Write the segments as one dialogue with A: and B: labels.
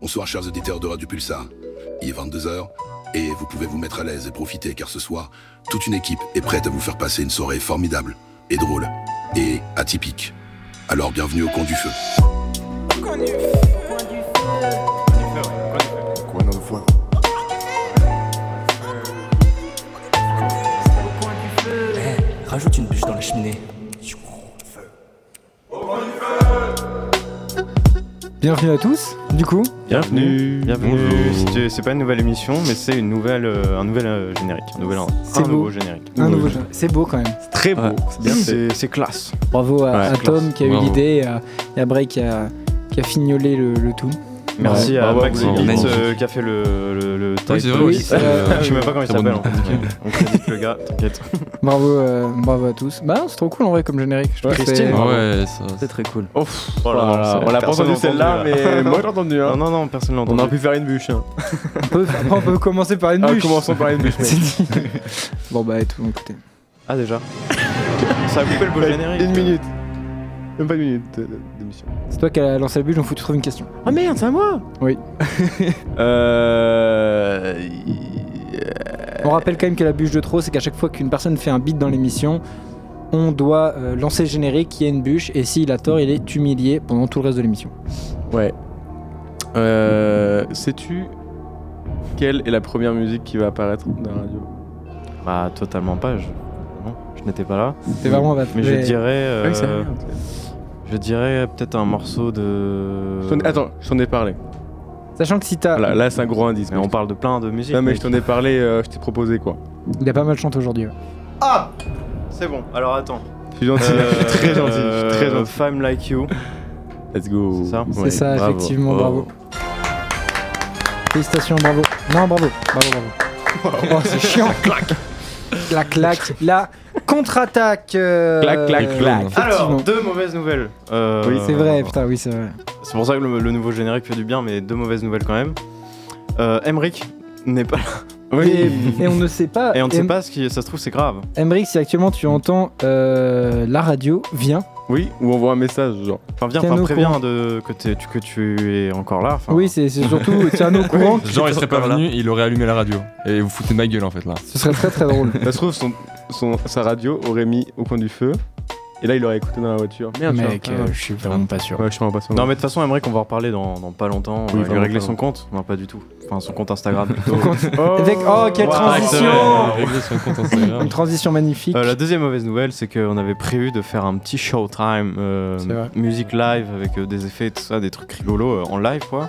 A: Bonsoir chers auditeurs de Radio Pulsar. Il est 22h et vous pouvez vous mettre à l'aise et profiter car ce soir, toute une équipe est prête à vous faire passer une soirée formidable et drôle et atypique. Alors bienvenue au Camp du Feu.
B: Eh, Rajoute une bûche dans la cheminée.
C: Bienvenue à tous, du coup.
D: Bienvenue. Bienvenue. C'est- C'est pas une nouvelle émission, mais c'est une nouvelle, euh, un nouvel euh, générique, un nouvel,
C: C'est
D: un
C: beau.
D: nouveau générique.
C: Un nouveau jeu. C'est beau quand même.
D: Très beau.
E: Ouais,
D: C'est bien, c'est c'est classe.
C: Bravo à,
D: Ouais,
C: à
D: c'est
C: Tom qui a eu
E: Bravo.
C: l'idée et à, et à Bray qui a, qui a fignolé le, le tout.
D: Merci à
E: Bravo,
D: Maxi
E: bravo.
D: Guitz,
E: Magnifique.
D: euh, qui a fait le le, le
F: Ah
E: Oui, c'est
D: type.
E: vrai
C: Oui,
E: aussi.
C: c'est vrai.
D: Euh,
F: Euh,
D: Je sais même pas comment il
E: Très bonne
D: s'appelle. en fait.
E: idée.
D: On crédite le gars. T'inquiète.
C: Bravo, euh, bravo à tous. Bah, c'est trop cool en vrai comme générique. Je trouve que
D: Christine,
C: c'est-
D: bravo.
E: Ouais, ça.
B: C'est très cool.
D: Oh là là,
F: Voilà,
D: c'est-
F: on l'a pas
D: personne
F: entendu
D: n'a
F: celle-là,
D: là.
F: mais moi j'ai entendu.
D: Non
F: Hein.
D: non non, personne l'a
F: On
D: entendu.
F: aurait pu faire une bûche. Hein.
C: on peut, après, on peut commencer par une
F: Ah,
C: bûche.
F: commençons par une bûche.
C: C'est dit. bon bah et tout, écoutez.
D: Ah déjà. Ça a coupé le beau
F: Ouais,
D: générique.
F: Une minute. Même pas une minute de- de- d'émission.
C: C'est toi qui as lancé la bûche, donc faut que tu trouves une question.
F: Ah merde, c'est à moi
C: Oui.
F: euh.
C: On rappelle quand même que la bûche de trop, c'est qu'à chaque fois qu'une personne fait un beat dans l'émission, on doit euh, lancer le générique, qui est une bûche, et s'il a tort, il est humilié pendant tout le reste de l'émission.
F: Ouais. Euh. Sais-tu quelle est la première musique qui va apparaître dans la radio
D: Bah totalement pas. Je, non, je n'étais pas là.
C: C'est vraiment va
D: Mais je dirais, euh,
F: Ah oui, c'est vrai.
D: je dirais peut-être un morceau de.
F: Je t'en ai- Attends, je t'en ai parlé.
C: Sachant que si t'as.
F: Ah, Là, là, c'est un gros indice.
D: Mais on parle de plein de musique.
F: Non, mais je t'en ai parlé, euh, je t'ai proposé quoi.
C: Il a pas mal chanté aujourd'hui. ouais.
D: Ah C'est bon. Alors attends.
F: Je suis gentil, je suis très gentil, je suis très
D: Euh,
F: gentil.
D: Femme Like You.
F: Let's go.
D: Euh, C'est ça
C: C'est
D: Ouais,
C: ça,
D: bravo.
C: effectivement,
D: Oh.
C: bravo. Félicitations, bravo. Non, bravo, bravo, bravo. Oh, c'est chiant. clac, clac. La contre-attaque. euh,
F: Clac, clac, clac.
C: Effectivement.
D: Alors, deux mauvaises nouvelles. Euh,
C: Oui, c'est vrai, putain, oui, c'est vrai.
D: C'est pour ça que le, le nouveau générique fait du bien, mais deux mauvaises nouvelles quand même. Euh, Emric n'est pas là.
C: Et, et on ne sait pas.
D: Et on ne sait
C: Em-
D: pas ce qui. Ça se trouve, c'est grave.
C: Emric, si actuellement tu entends euh, la radio, viens.
F: Oui, ou envoie un message, genre.
D: Enfin, viens,
C: Tiens-nous
D: enfin,
C: au
D: préviens de, que, t'es- tu, que tu es encore là. enfin.
C: Oui, c'est c'est surtout, tiens au courant.
E: Genre, il serait pas
D: Voilà.
E: venu, il aurait allumé la radio. Et vous foutez de ma gueule en fait là.
C: Ce serait très très drôle.
F: Ça se trouve, son, son- sa radio aurait mis au coin du feu. Et là, il aurait écouté dans la voiture. Merde,
G: Mec,
D: Ah.
G: euh, je suis vraiment pas sûr.
F: Ouais, je suis en passant.
D: Non, mais de toute façon, Emric, on va en reparler dans, dans pas longtemps.
F: Oui,
D: on va lui
F: vraiment
D: régler
F: pas
D: son compte. Non, pas du tout. Enfin, son compte Instagram plutôt.
F: oh,
C: Avec- oh, quelle
F: wow.
C: transition
E: Ah, c'est vrai, régler son compte Instagram.
C: Une transition magnifique.
D: Euh, la deuxième mauvaise nouvelle, c'est qu'on avait prévu de faire un petit showtime, euh,
C: C'est vrai.
D: musique live avec euh, des effets et tout ça, des trucs rigolos euh, en live quoi.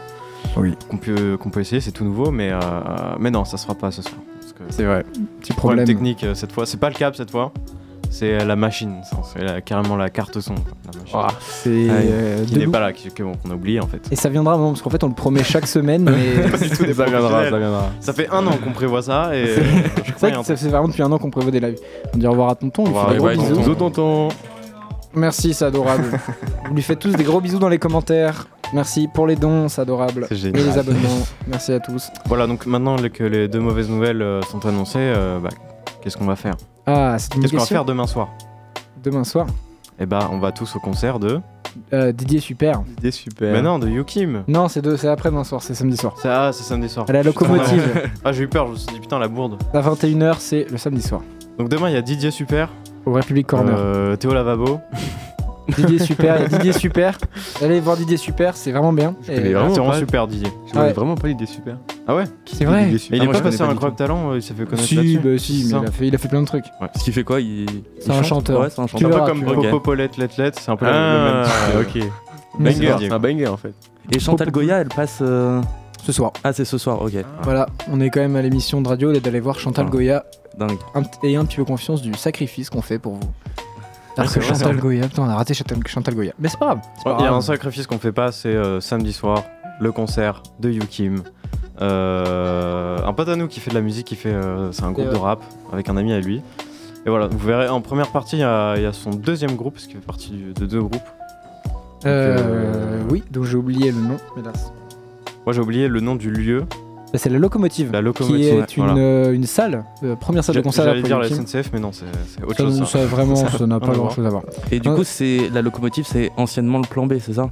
G: Oui.
D: Qu'on peut, qu'on peut essayer, c'est tout nouveau, mais, euh, mais non, ça se fera pas ce soir. Parce que
F: C'est vrai.
C: Petit
D: problème
C: problème.
D: technique euh, cette fois, c'est pas le câble cette fois, c'est euh, la machine, ça, c'est la- carrément la carte son. quoi, la machine.
F: Ah,
C: C'est
D: Ouais,
C: euh,
D: qui
C: de
D: n'est
C: loup.
D: pas là, qui- que- qu'on a oublié en fait.
C: Et ça viendra vraiment parce qu'en fait on le promet chaque semaine, mais
F: ça viendra, ça viendra.
D: Ça fait un an qu'on prévoit ça et. euh, je
C: c'est
D: crois
C: vrai que
D: qu'il
C: ça fait vraiment depuis un an qu'on prévoit des lives. On dit au revoir à Tonton, on lui
D: Au
C: fait des
E: revoir,
C: gros
E: ouais,
C: bisous.
F: Zo tonton.
C: Merci, c'est adorable. Vous lui faites tous des gros bisous dans les commentaires. Merci pour les dons, c'est adorable.
D: C'est
C: Et
D: génial.
C: les abonnements, merci à tous.
D: y a- Voilà, donc maintenant que les deux mauvaises nouvelles euh, sont annoncées, euh, bah, qu'est-ce qu'on va faire
C: Ah, c'est une
D: Qu'est-ce qu'on va
C: question.
D: faire demain soir
C: Demain soir,
D: Eh bah, on va tous au concert de.
C: euh, Didier Super.
F: L'idée super.
D: Mais non, de Yukim.
C: Non, c'est deux- c'est après demain soir, c'est samedi soir.
D: C'est ah, c'est samedi soir.
C: À la
D: Putain,
C: locomotive,
D: Ah, j'ai eu peur, je me suis dit putain, la bourde.
C: à 21h, c'est le samedi soir.
D: Donc demain, il y a Didier Super,
C: Au République Corner.
D: euh, Théo Lavabo.
C: Didier Super, il y a Didier Super. Allez voir Didier Super, c'est vraiment bien. Et-
F: connais vraiment.
D: C'est vraiment
F: pas.
D: super, Didier.
F: Je
C: Ouais.
F: connais vraiment pas l'idée super.
D: Ah ouais
C: C'est vrai.
F: L'idée
D: Mais
F: super.
D: il
E: Ah,
D: est
E: moi, je
D: pas passé
E: connais
D: un
E: pas
D: incroyable talent, euh, il s'est fait connaître
C: Si,
D: là-dessus.
C: bah si, mais
D: C'est
C: il a fait, il a fait plein de trucs.
E: Ce qui fait quoi il...
C: C'est un chanteur.
E: Ouais, c'est un
C: Tu
D: un
E: chanteur.
C: verras,
D: peu comme
C: verras.
E: Ok.
D: Popolette, Let Let, c'est un peu
F: Ah,
D: le même
F: ok.
C: Mais
D: Banger.
F: C'est un banger en fait.
E: Et Chantal Goya, elle passe. euh,
C: Ce soir.
E: Ah, c'est ce soir, ok.
C: Voilà, on est quand même à l'émission de radio, et d'aller voir Chantal
E: Ah.
C: Goya.
E: Dingue.
C: Un petit- Ayez un petit peu confiance du sacrifice qu'on fait pour vous. Parce
D: c'est
C: que
D: vrai,
C: Chantal Goya, putain, on a raté Chantal, Chantal Goya. Mais c'est pas grave. c'est pas
D: Il y a
C: grave.
D: un sacrifice qu'on fait pas, c'est euh, samedi soir, le concert de Yukim. Euh, un pote à nous qui fait de la musique, qui fait, euh, c'est un groupe
C: Et ouais.
D: de rap avec un ami à lui. Et voilà, vous verrez en première partie, il y, a il y a son deuxième groupe, parce qu'il fait partie du- de deux groupes.
C: Euh,
D: euh,
C: Oui, donc j'ai oublié le nom, hélas.
D: Moi j'ai oublié le nom du lieu,
C: Bah, C'est la locomotive.
D: la
C: Qui
D: locomotive.
C: est une,
D: voilà.
C: euh, une salle, euh, première salle de
D: J'a-
C: concert
D: J'allais dire la
C: Polykim.
D: SNCF, mais non, c'est c'est autre
C: Ça,
D: chose. ça.
C: ça, vraiment,
D: Ça,
C: ça n'a
D: on
C: pas
D: va
C: grand
D: voir.
C: chose à voir.
E: Et du
C: Ah.
E: coup, c'est la locomotive, c'est anciennement le plan B, c'est ça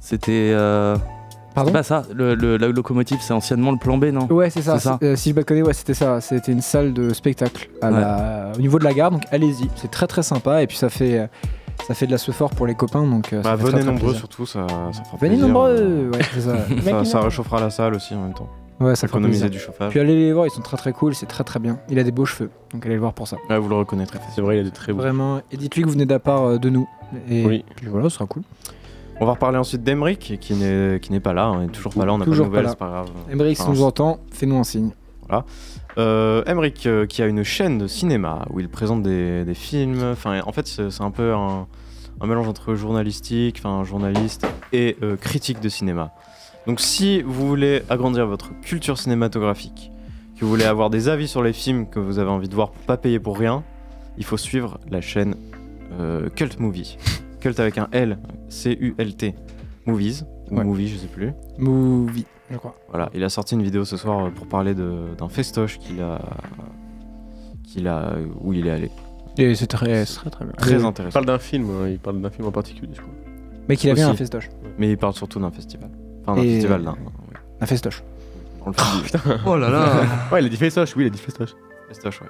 E: C'était. euh,
C: Pardon
E: Bah ça, le, le- la locomotive, c'est anciennement le plan B, non
C: Ouais, c'est ça.
E: C'est ça.
C: C'est- euh, si je me connais, ouais, c'était ça. C'était une salle de spectacle à la- au niveau de la gare. Donc allez-y, c'est très très sympa. Et puis ça fait, euh, ça fait de la fort pour les copains. Donc euh,
D: Bah,
C: ça fait très,
D: venez
C: très
D: nombreux
C: plaisir.
D: surtout, ça, ça fera
C: Venez
D: plaisir.
C: nombreux. Ouais, c'est ça.
D: Ça- Ça, réchauffera la salle aussi en même temps.
C: ouais, ça fera
D: Économiser
C: plaisir.
D: du chauffage.
C: Puis allez les voir, ils sont très très cool. C'est très très bien. Il a des beaux cheveux. Donc allez le voir pour ça.
D: Ouais, vous le reconnaîtrez.
F: C'est vrai, il a des très beaux.
C: Vraiment. Et dites-lui que vous venez d'à part euh, de nous. Et
F: Oui.
C: puis voilà, ce sera cool.
D: On va reparler ensuite d'Emeric qui n'est qui n'est pas là, hein, toujours pas là, on n'a pas de
C: Toujours pas
D: nouvelles,
C: là.
D: c'est pas grave.
C: Emmerich, si
D: Enfin,
C: nous entend, fais-nous un signe.
D: Euh, Emmerich, euh, qui a une chaîne de cinéma où il présente des, des films. Enfin, en fait, c'est c'est un peu un, un mélange entre journalistique, enfin journaliste et euh, critique de cinéma. Donc, si vous voulez agrandir votre culture cinématographique, que vous voulez avoir des avis sur les films que vous avez envie de voir pour pas payer pour rien, il faut suivre la chaîne euh, Cult Movie. Cult avec un L, C-U-L-T, Movies, ou
C: Ouais.
D: Movie, je sais plus.
C: Movie, je crois.
D: Voilà, il a sorti une vidéo ce soir euh, pour parler de- d'un festoche qu'il a, qu'il a, où il est allé.
C: Et c'est très.
F: très très bien.
D: Très
F: Il
D: intéressant.
F: parle d'un film, hein, il parle d'un film en particulier, je crois.
C: Mais qu'il a bien
D: Aussi.
C: un festoche.
D: Mais il parle surtout d'un festival. Enfin, d'un
C: Et- euh,
D: festival d'un. oui.
C: Un festoche.
D: On le fait du-
E: Oh là là
F: Ouais, il a dit festoche, oui, il a dit festoche.
D: festoche, ouais.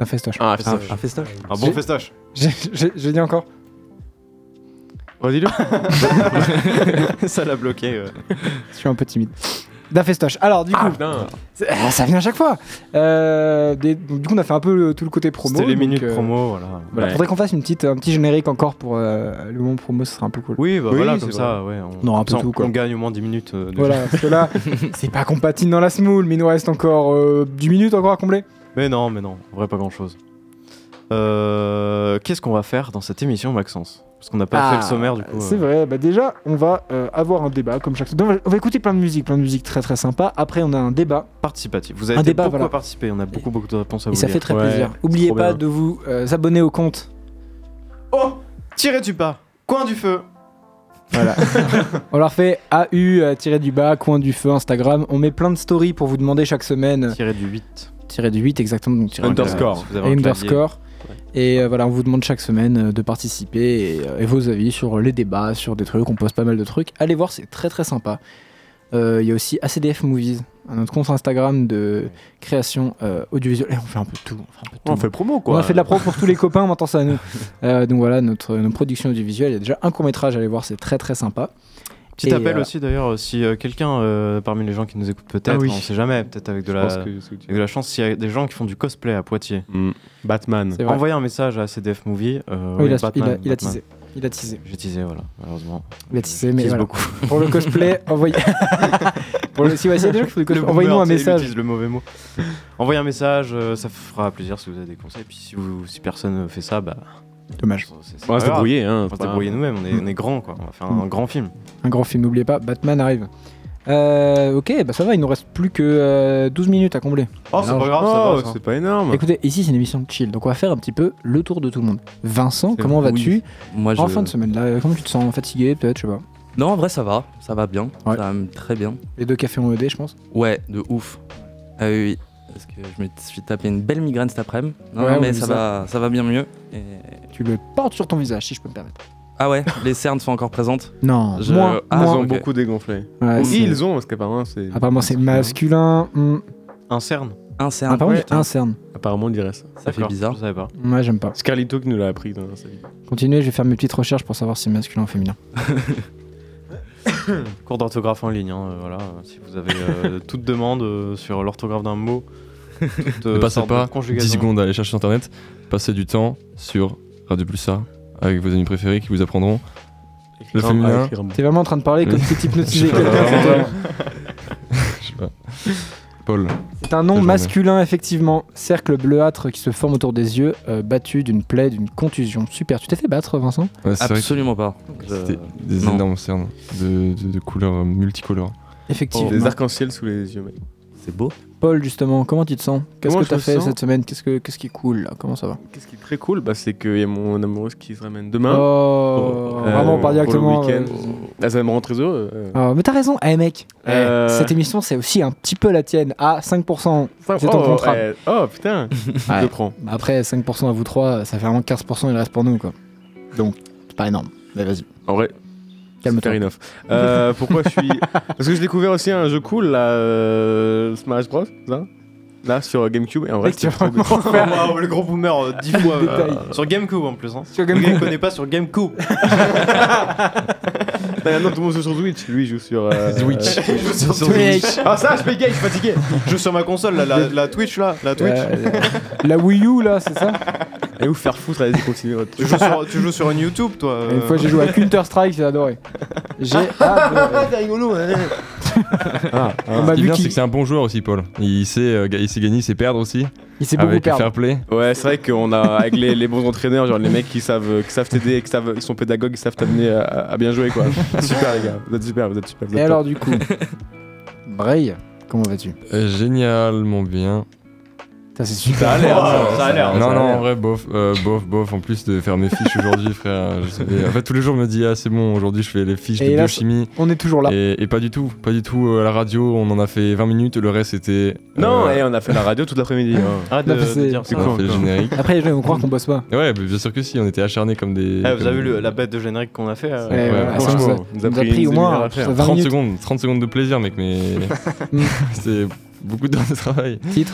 C: Un festoche.
F: Ah,
E: un,
F: festoche.
E: un festoche
D: Un bon
C: J'ai-
D: festoche.
C: J'ai- J'ai j'ai dit encore.
F: Redis-le.
D: Ça l'a bloqué. euh. ouais.
C: Je suis un peu timide. D'un festoche. Alors, du coup,
D: Ah.
F: putain.
C: c'est- ah, ça vient à chaque fois. Euh, des- donc, du coup, on a fait un peu euh, tout le côté promo.
D: C'était les
C: donc,
D: minutes
C: euh,
D: promo, voilà.
C: Voilà,
F: Ouais.
C: faudrait qu'on fasse une petite, un petit générique encore pour euh, le moment promo, ce sera un peu cool.
D: Oui, bah
F: Oui,
D: voilà,
F: c'est
D: comme
F: vrai.
D: ça, ouais. On,
C: On aura un peu
D: comme ça,
C: tout, quoi.
D: on gagne au moins 10 minutes euh, de
C: Voilà, parce que là, c'est pas compatible dans la smoule, mais il nous reste encore euh, 10 minutes encore à combler.
D: Mais non, mais non, en vrai, pas grand chose. Qu'est-ce qu'on va faire dans cette émission, Maxence Parce qu'on n'a pas
C: Ah,
D: fait le sommaire du coup.
C: C'est
D: euh,
C: vrai, bah déjà, on va euh, avoir un débat comme chaque. Donc, on va- on va écouter plein de musique, plein de musique très très sympa. Après, on a un débat
D: Participatif. Vous avez
C: Un
D: été
C: débat,
D: beaucoup
C: voilà.
D: à participer, on a beaucoup, beaucoup de réponses à
C: et
D: vous
C: ça
D: lire.
C: fait très
F: Ouais,
C: plaisir.
F: c'est
C: Oubliez
F: trop
C: pas
F: bien.
C: de vous euh, abonner au compte.
D: Oh Tirez du pas Coin du feu
C: Voilà. on leur fait AU euh, tiré du bas, coin du feu, Instagram. On met plein de stories pour vous demander chaque semaine.
D: Tirez du 8.
C: Tiré du 8 exactement. Donc, tiré du-
F: Underscore.
D: Si vous avez
C: Et
D: un clavier.
C: underscore. Et euh, voilà, on vous demande chaque semaine euh, de participer et, euh, et vos avis sur les débats, sur des trucs. On pose pas mal de trucs. Allez voir, c'est très très sympa. Euh, Il y a aussi ACDF Movies, un autre compte Instagram de création euh, audiovisuelle. Et on fait un peu de tout. On fait un peu de tout.
F: On fait promo
C: On
F: quoi.
C: a fait de la pro pour tous les copains, maintenant ça à nous. Euh, donc voilà, notre, nos productions audiovisuelles. Il y a déjà un court métrage, allez voir, c'est très très sympa.
D: Petit
C: Et,
D: appel
C: euh,
D: aussi d'ailleurs, euh, si euh, quelqu'un euh, parmi les gens qui nous écoutent peut-être,
F: Ah oui.
D: on sait jamais, peut-être avec de
F: Je
D: la...
F: pense que c'est ce que tu
D: avec de la chance, s'il y a des gens qui font du cosplay à Poitiers,
F: Mm. Batman.
C: C'est vrai.
D: envoyez un message à CDF Movie. euh,
C: Oh, il, a,
D: Batman,
C: il a- il a
D: Batman.
C: teasé. Il a teasé.
D: J'ai teasé, voilà, malheureusement.
C: Il a teasé, mais
D: Tease
C: voilà.
D: beaucoup.
C: Pour le cosplay, envoyez. Pour le- si vous essayez déjà que vous faites du cosplay, envoyez-nous
D: boomer,
C: un
D: tu sais, il
C: message.
D: utilise le mauvais mot. Envoyez un message, euh, ça fera plaisir si vous avez des conseils. Puis si, vous, si personne ne fait ça, bah.
C: Dommage.
D: c'est- c'est
F: On
D: pas
F: va se
D: grave.
F: débrouiller, hein.
D: On va se
F: pas-
D: débrouiller nous-mêmes, on est, on est grands quoi. On va faire un grand film.
C: Un grand film, n'oubliez pas, Batman arrive. Euh, ok, bah ça va, il nous reste plus que euh, 12 minutes à combler.
D: Oh,
C: c'est pas
F: Oh, c'est pas énorme.
C: Écoutez, ici c'est une émission de chill, donc on va faire un petit peu le tour de tout le monde. Vincent,
E: C'est-
C: comment vas-tu
E: oui. Moi, je...
C: en fin de semaine là euh, Comment tu te sens Fatigué peut-être, je sais pas.
E: Non, en vrai, ça va. Ça va bien.
C: Ouais.
E: Ça va même très bien.
C: Les deux cafés ont aidé, je pense.
E: Ouais, de ouf. Ah oui, oui. Parce que je me suis tapé une belle migraine cet après-midi. Non,
C: Ouais,
E: non,
C: on
E: mais
C: dit
E: ça
C: ça.
E: va, ça va bien mieux. Et-
C: Tu le portes sur ton visage, si je peux me permettre.
E: Ah ouais, les cernes sont encore présentes.
C: Non,
E: Je-
C: moins.
E: Ah,
F: ils
C: moins.
F: ont
E: ok.
F: beaucoup dégonflé.
C: Ouais,
F: Ou
C: c'est- Ah
F: ils ont, parce qu'apparemment c'est.
C: Apparemment c'est masculin. hmm.
D: Un CERN.
E: Un cerne.
C: Apparemment
E: Ouais,
C: Ah, j'ai un cerne.
F: Apparemment, il dirait ça.
E: Ça fait
D: D'accord,
E: bizarre.
D: Je savais pas.
C: Moi j'aime pas.
F: C'est Carlito qui nous l'a appris dans sa vie.
C: Continuez, je vais faire mes petites recherches pour savoir si c'est masculin ou féminin.
D: Cours d'orthographe en ligne, hein, euh, voilà. euh, Si vous avez euh, toute demande euh, sur l'orthographe d'un mot, toute, euh,
G: Ne passez
D: sorte de
G: pas 10
D: conjugaison.
G: secondes à aller chercher sur internet, passez du temps sur Radio Plus Ça avec vos amis préférés qui vous apprendront. Le
F: Écrire un-
G: féminin.
F: ah, écrire un mot.
C: T'es vraiment en train de parler comme
G: Oui.
C: si t'hypnotisais
G: Je sais pas,
C: quelqu'un.
G: vraiment. Je sais pas. Paul,
C: C'est un nom
G: Cette journée.
C: masculin, effectivement. Cercle bleuâtre qui se forme autour des yeux, euh, battu d'une plaie, d'une contusion. Super. Tu t'es fait battre, Vincent
G: Ouais, c'est vrai que
E: Absolument pas.
D: euh,
G: c'était
E: Je-
G: des
E: non.
G: énormes cernes de, de- de couleurs euh, multicolores.
C: Effectivement.
F: Des arcs-en-ciel sous les yeux, mec.
E: C'est beau.
C: Bah, Paul, justement, comment tu te sens Qu'est-ce
F: Comment
C: que
F: je
C: t'as
F: me
C: fait
F: sens
C: cette semaine Qu'est-ce que qu'est-ce qui est cool là Comment ça va
F: Qu'est-ce qui est très cool, bah, c'est qu'il y a mon amoureuse qui se ramène demain.
C: Oh,
F: Ben, Euh,
C: vraiment, on part directement.
F: Pour le week-end.
C: euh,
F: Ah, ça me rend très heureux. euh.
C: Ah, mais t'as raison, eh mec, Eh,
F: Euh.
C: cette émission c'est aussi un petit peu la tienne, à 5%.
F: Enfin,
C: C'est ton
F: oh,
C: contrat.
F: euh, oh putain, je le prends.
C: Bah Après 5% à vous trois, ça fait vraiment 15%, il reste pour nous quoi. Donc, c'est pas énorme, mais Bah, vas-y.
F: En vrai,
C: Calme-toi.
F: Fair enough. Euh, pourquoi je suis. Parce que j'ai découvert aussi un jeu cool, là, euh, Smash Bros. Là, là, sur euh, Gamecube. Et en vrai,
C: Mec, tu
F: c'était
C: vas
F: trop bien.
C: vraiment faire-
D: Waouh, Oh, le gros boomer, euh, dix fois. euh,
C: Détail.
D: sur Gamecube en plus. Hein.
C: Sur
D: Le gars,
C: Gamecube.
D: il connaît pas sur Gamecube.
F: Putain, Maintenant, tout le monde joue sur Twitch. Lui, il joue sur. euh,
G: Twitch.
F: euh,
D: Sur Twitch. Ah, ça, je fais gay, je suis fatigué. Je joue sur ma console, là, la, la Twitch, là. La Twitch.
C: Euh, La Wii U là, c'est ça
F: Allez vous faire foutre, allez-y, continuez votre
D: Tu, joues sur, tu joues sur une YouTube, toi. euh.
C: Une fois j'ai joué à Counter Strike, j'ai adoré. J'ai
D: Ah, bah,
C: adoré.
F: c'est rigolo, Ah.
C: On m'a
E: Bah,
G: Ce qui est
C: vu
G: bien, c'est
C: qu'il
G: que c'est un bon joueur aussi, Paul. Il sait, euh, ga- il sait gagner, il sait perdre aussi.
C: il s'est beaucoup
G: Avec le
C: perdu.
G: fair play.
F: Ouais, c'est vrai qu'on a, avec les, les bons entraîneurs, genre les mecs qui savent, euh, qui savent t'aider, qui savent, ils sont pédagogues, qui savent t'amener à, à bien jouer, quoi. super, les gars. Vous êtes super, vous êtes super. vous êtes
C: Et alors du coup, Bray, comment vas-tu
G: Euh, génialement bien.
C: Ça c'est super.
F: Ça a l'air, ça, ça a l'air.
G: Non,
F: ça a
G: non,
F: l'air.
G: en Ah, vrai, bof, euh, bof, bof. En plus de faire mes fiches aujourd'hui, frère. je savais- en fait, tous les jours, on me dit, ah, c'est bon, aujourd'hui, je fais les fiches
C: Et
G: de
C: là,
G: biochimie.
C: On est toujours là.
G: Et, et pas du tout, pas du tout. euh, à la radio, on en a fait 20 minutes. Le reste, c'était.
F: top. Non,
G: euh,
F: et on a fait la radio toute l'après-midi. hein.
D: Arrête
C: Non,
D: Ah, de,
C: mais c'est-
D: de dire ça.
G: on a fait le générique.
C: Après les gens ils vont croire qu'on bosse pas.
G: Ouais, mais bien sûr que si, on était acharnés comme des.
D: Ah, vous
G: comme-
D: avez vu le- la bête de générique qu'on a fait euh,
G: Ouais,
C: voilà,
G: ouais,
C: ça
F: franchement,
C: nous a-
F: ça nous
C: ça
F: a
C: nous a
F: pris
C: pris
F: une
C: au moins
F: demi-heure
C: euh,
F: à faire.
C: 20
G: 30
C: minutes
G: secondes, 30 secondes de plaisir, mec, mais. c'est beaucoup d'heures de travail.
C: titre.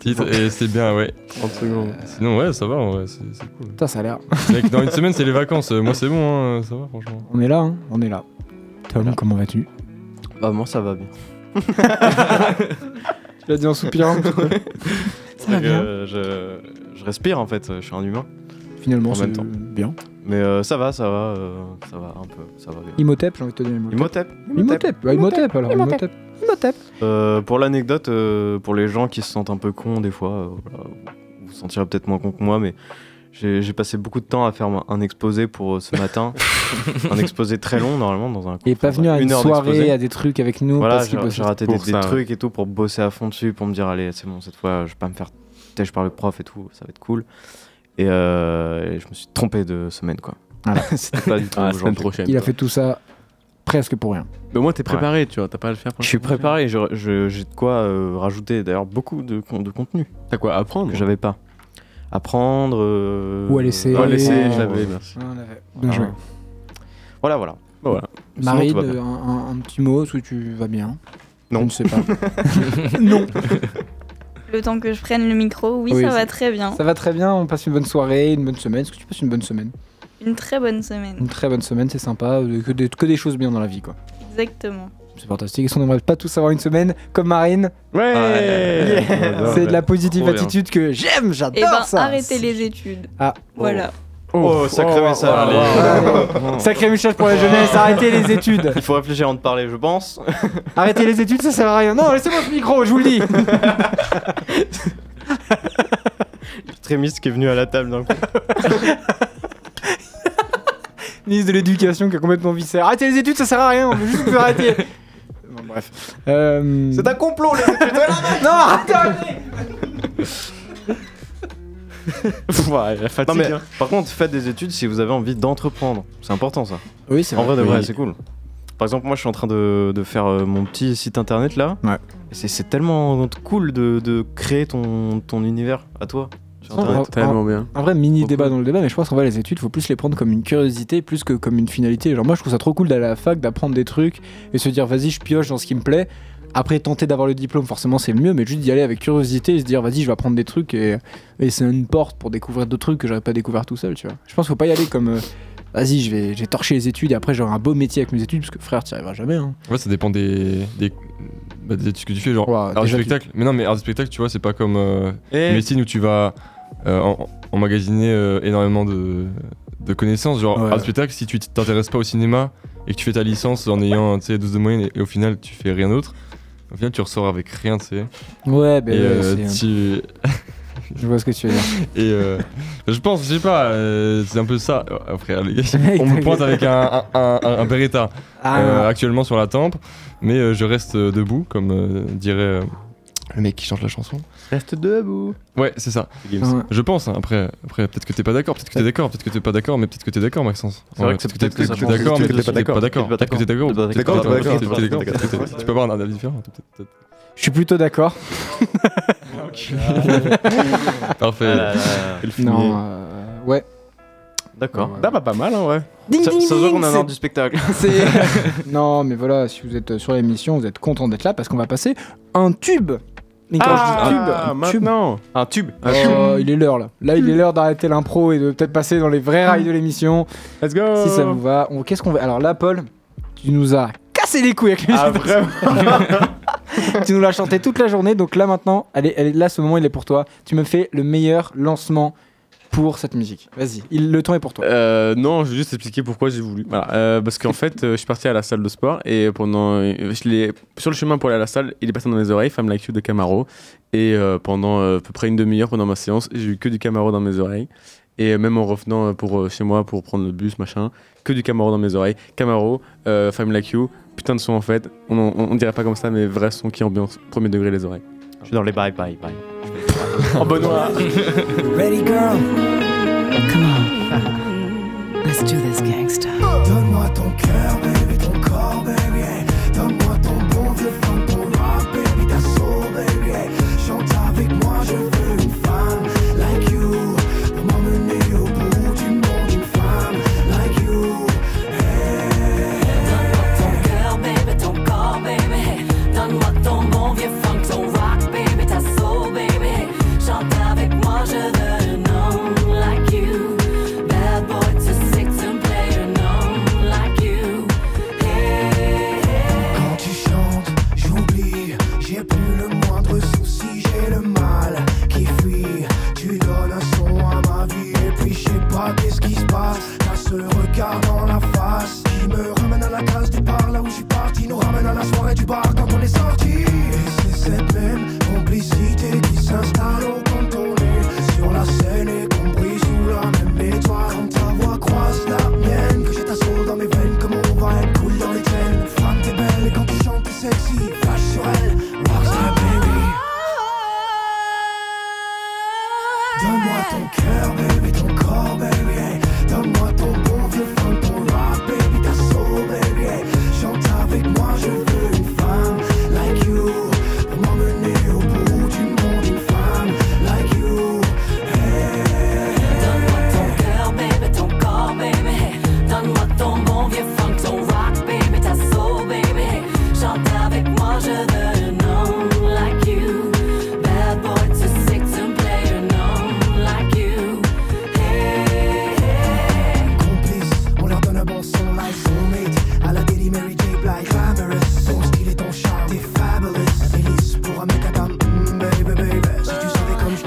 G: Titre, et c'est bien, ouais.
F: 30 secondes.
G: Sinon, ouais, ça va, en vrai, c'est c'est cool.
C: Putain ça a l'air.
G: Mec, dans une semaine, c'est les vacances. Moi, c'est bon, hein, ça va, franchement.
C: On est là, hein on est là. Tom, comment vas-tu
D: Bah, moi, ça va bien.
C: Tu l'as dit en soupirant. ça va
D: C'est-à-dire
C: bien.
D: que je, je respire en fait, je suis un humain.
C: Finalement
D: en
C: c'est
D: même temps.
C: bien.
D: Mais euh, ça va, ça va, euh, ça va un peu, ça va bien.
C: Imhotep, j'ai envie de te dire Imhotep.
D: Imhotep.
C: Imhotep, ouais, Imhotep alors. Imhotep. Imhotep.
D: Euh, pour l'anecdote, euh, pour les gens qui se sentent un peu cons des fois, euh, voilà, vous vous sentirez peut-être moins con que moi, mais j'ai j'ai passé beaucoup de temps à faire un- un exposé pour euh, ce matin. un exposé très long normalement dans un
C: Il est pas venu à une,
D: heure
C: soirée,
D: d'exposé.
C: à des trucs avec nous.
D: Voilà,
C: parce qu'il
D: j'ai
C: bosse
D: j'ai raté des,
F: pour
D: des
F: ça, ouais.
D: trucs et tout pour bosser à fond dessus, pour me dire allez c'est bon cette fois je vais pas me faire têche par le prof et tout, ça va être cool. Et, euh, et je me suis trompé de semaine quoi.
C: Voilà.
D: C'était pas du tout
F: Ah, semaine
D: aujourd'hui.
F: prochaine.
C: Il a fait tout ça presque pour rien.
F: Mais au moins, t'es préparé, tu vois, t'as pas à le faire. pour
D: Je suis
F: la semaine prochaine.
D: préparé, je- je- j'ai de quoi euh, rajouter d'ailleurs beaucoup de, con- de contenu
F: T'as quoi à apprendre
D: que j'avais pas. Apprendre. euh,
C: Ou à laisser.
F: Bon,
D: ou à laisser,
F: laissez, je
D: je l'avais. Ah.
F: l'avais, merci.
C: Bien joué.
D: Voilà, voilà.
F: Bon, voilà.
D: Sinon,
C: Marine,
D: tout va bien.
C: euh, un, un- un petit mot, si tu vas bien
D: Non.
C: Je ne sais pas. non.
H: Le temps que je prenne le micro, oui,
C: Oui,
H: ça
C: ça-
H: va très bien.
C: Ça va très bien, on passe une bonne soirée, une bonne semaine. Est-ce que tu passes une bonne semaine
H: Une très bonne semaine.
C: Une très bonne semaine, c'est sympa. euh, Que des, que des choses bien dans la vie, quoi.
H: Exactement.
C: C'est fantastique. Est-ce qu'on n'aimerait pas tous avoir une semaine comme Marine
F: Ouais!
D: Yeah.
C: C'est de la positive
D: Trop bien.
C: attitude que j'aime, j'adore
H: Et ben,
C: ça.
H: arrêtez les études.
C: Ah.
H: Voilà.
D: Oh, sacré message.
C: oh, Allez. Sacré message pour la jeunesse, arrêtez les études.
D: Il faut réfléchir avant de parler, je pense.
C: Arrêtez les études, ça sert à rien. Non, laissez-moi ce micro, je vous le dis.
D: Trémiste qui est venu à la table d'un coup.
C: ministre de l'éducation qui a complètement vissé. Arrêtez les études, ça sert à rien, on veut juste que vous arrêtiez. Bon, bref. Euh...
D: C'est un complot, les études.
C: Non, arrêtez, arrêtez oh.
F: Ouais, la
D: Non,
F: fatigue.
D: mais,
F: hein.
D: par contre, faites des études si vous avez envie d'entreprendre. C'est important ça.
C: Oui, c'est
D: En vrai, de vrai,
C: Oui.
D: c'est cool. Par exemple, moi, je suis en train de, de faire euh, mon petit site internet là.
C: Ouais.
D: Et C'est, c'est tellement cool de, de créer ton, ton univers à toi. sur
C: Non,
D: Internet.
C: en-
F: Tellement bien.
C: Un vrai mini
D: Pourquoi
C: débat dans le débat, mais je pense qu'en vrai, les études, faut plus les prendre comme une curiosité plus que comme une finalité. Genre, moi, je trouve ça trop cool d'aller à la fac, d'apprendre des trucs et se dire, vas-y, je pioche dans ce qui me plaît. Après, tenter d'avoir le diplôme, forcément, c'est le mieux, mais juste d'y aller avec curiosité et se dire, vas-y, je vais apprendre des trucs et, et c'est une porte pour découvrir d'autres trucs que j'aurais pas découvert tout seul, tu vois. Je pense qu'il faut pas y aller comme, euh, vas-y, je vais, je vais torcher les études et après, j'aurai un beau métier avec mes études, parce que frère, t'y arriveras jamais. Hein.
G: Ouais, ça dépend des, des, bah, des études que tu fais, genre
C: Ouais,
G: art du
C: déjà, tu-
G: spectacle. Mais non, mais art du spectacle, tu vois, c'est pas comme euh,
F: Eh.
G: médecine où tu vas euh, en- emmagasiner euh, énormément de, de connaissances. Genre
C: Ouais.
G: art du spectacle, si tu t'intéresses pas au cinéma et que tu fais ta licence en ayant tu sais, 12 de moyenne et, et au final tu fais rien d'autre, au final tu ressors avec rien, tu sais.
C: Ouais,
G: Et,
C: ben,
G: euh,
C: c'est-
G: tu-
C: je vois ce que tu veux dire.
G: Et euh, je pense, je sais pas, euh, c'est un peu ça. Oh, Après, les gars, on me pointe avec un, un, un, un Beretta
C: Ah,
G: euh, actuellement sur la tempe, mais euh, je reste euh, debout, comme euh, dirait euh, le mec qui chante la chanson.
F: Reste debout.
G: Ouais, c'est ça.
C: non, ouais.
G: Je pense, hein. après, après peut-être que t'es pas d'accord, peut-être que t'es d'accord, peut-être que t'es pas d'accord, mais peut-être que t'es d'accord, Maxence.
D: C'est vrai
G: Ouais,
D: que c'est
G: peut-être que
D: peut-être
G: t'es
D: que ça
G: d'accord,
F: change.
G: mais
F: Peut-être que t'es
G: peut-être que t'es
F: pas
G: pas d'accord.
D: d'accord.
G: Peut-être que t'es d'accord,
D: Peut-être que t'es
G: peut-être
D: d'accord,
G: que t'es d'accord,
F: peut-être que t'es d'accord.
G: peut-être que t'es d'accord, peut-être que t'es- tu peux avoir un avis différent. peut-être, peut-être.
C: Je suis plutôt d'accord.
G: Parfait.
D: Ah là là là là.
F: Et le fumier.
C: Non, euh, ouais.
D: D'accord.
F: Ah bah pas mal, hein, ouais.
C: Ding,
D: Ça,
C: ding,
D: ça se voit
C: ding,
D: qu'on a un
C: c'est-
D: ordre du spectacle.
C: c'est- non, mais voilà, si vous êtes sur l'émission, vous êtes content d'être là parce qu'on va passer un tube. Mais quand je dis tube, Ah,
F: Ah
C: un tube,
F: maintenant Ah,
D: Un tube.
C: euh, il est l'heure là. Là, il est l'heure d'arrêter l'impro et de peut-être passer dans les vrais rails de l'émission.
F: Let's go
C: Si ça vous va, on- qu'est-ce qu'on va Alors là, Paul, tu nous as cassé les couilles avec les
F: Ah vraiment
C: Tu nous l'as chanté toute la journée, donc là maintenant, allez, allez, là ce moment il est pour toi. Tu me fais le meilleur lancement pour cette musique. Vas-y, il- le temps est pour toi.
F: Euh, non, je vais juste expliquer pourquoi j'ai voulu. Voilà, euh, parce qu'en fait, euh, je suis parti à la salle de sport et pendant, euh, je l'ai sur le chemin pour aller à la salle, il est passé dans mes oreilles, Femme Like You de Camaro. Et euh, pendant euh, à peu près une demi-heure pendant ma séance, j'ai eu que du Camaro dans mes oreilles. Et euh, même en revenant euh, pour euh, chez moi pour prendre le bus, machin, que du Camaro dans mes oreilles. Camaro, euh, Femme Like You, putain de son en fait. On, on, on dirait pas comme ça, mais vrai son qui ambiance premier degré les oreilles.
D: Je suis dans les bye bye bye.
F: En Benoît
B: Ready girl
I: Come on. Let's do this, gangsta.
J: Donne-moi ton cœur, baby, ton corps, baby. hey. Donne-moi ton bon vieux fun, ton rap, baby, ta soul, baby. hey. Chante avec moi, je veux une femme like you. Pour m'emmener au bout du monde, une femme like you.
I: Ton cœur, baby, ton corps, baby. hey. Donne-moi ton bon vieux funk, ton rock, baby, ta soul, baby. hey. Chante avec moi, je veux un homme like you. Bad boy, tu sais que tu me plais, un homme like you. Hey, hey.
J: Quand tu chantes, j'oublie, j'ai plus le moindre souci, j'ai le mal qui fuit. Tu donnes un son à ma vie, et puis je sais pas qu'est-ce qui se passe. T'as ce regard dans la face qui me ramène à la case départ, là où je suis parti, nous ramène à la soirée du bar quand on est sorti. Et c'est cette même complicité qui s'installe au contourné sur la scène et qu'on brille sous la même étoile. Quand ta voix croise la mienne, que j'ai ta soul dans mes veines, comme on va être cool dans les traînes. Femme, t'es belle et quand tu chantes, t'es sexy. Flash sur elle, rockstar baby. Donne-moi ton cœur, baby, ton corps, baby. hey. Donne-moi ton bon vieux fun, ton rap, baby, ta soul, baby. hey. Chante avec moi, je veux une femme like you. Pour m'emmener au bout du monde, une femme like you.
I: Donne-moi ton cœur, baby, ton corps, baby. hey. Donne-moi ton bon vieux funk, ton rock, baby, ta soul, baby. hey. Chante avec moi, je veux un homme like you. Bad boy, tu sais que tu me plais, un homme like you. Hey, hey.
J: complices. On leur donne un bon son, life on mate. À la Daily Mary J. Blige, glamorous. Ton style et ton charme, t'es fabulous. T'es lisse pour un mec à dame, Mm, baby, baby. Si tu savais comme je.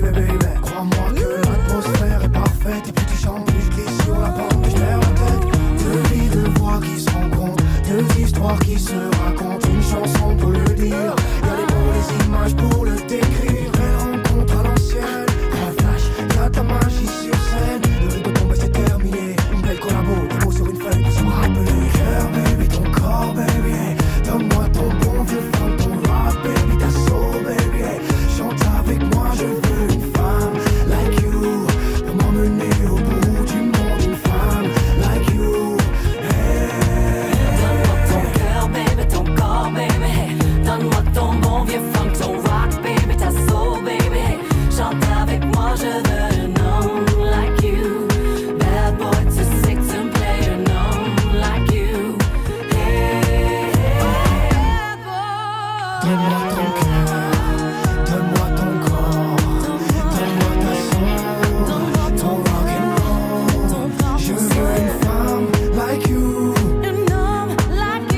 J: Baby, baby. Crois-moi que l'atmosphère est parfaite. Et puis tu chantes, plus je glisse sur la porte, je perds la tête. Deux vies, deux voix qui se rencontrent. Deux histoires qui se racontent. Une chanson pour le dire. Y'a les mots, les images pour le décrire. Belle rencontre à l'ancienne. Un flash, y'a ta magie sur scène. Le rideau tombe, c'est terminé. Une belle collabo, des mots sur une feuille pour se rappeler. Cœur, baby, ton corps, baby. hey. Donne-moi ton bon vieux fun, ton rap, baby, ta soul, baby. hey. Chante avec moi, je veux une femme like you. Pour m'emmener au bout du monde, une femme like you.
I: Donne-moi ton cœur, baby, ton corps, baby. hey. Donne-moi ton bon vieux funk, ton rock, baby, ta soul, baby. hey. Chante avec moi, je veux un homme like you. Bad boy, tu sais que tu me plais, un homme like you. Hey, hey. Bad boy.
J: Donne-moi ton cœur, donne-moi ton corps, donne-moi ta soul, ton rock'n'roll. Je veux une femme like you.
I: Un homme like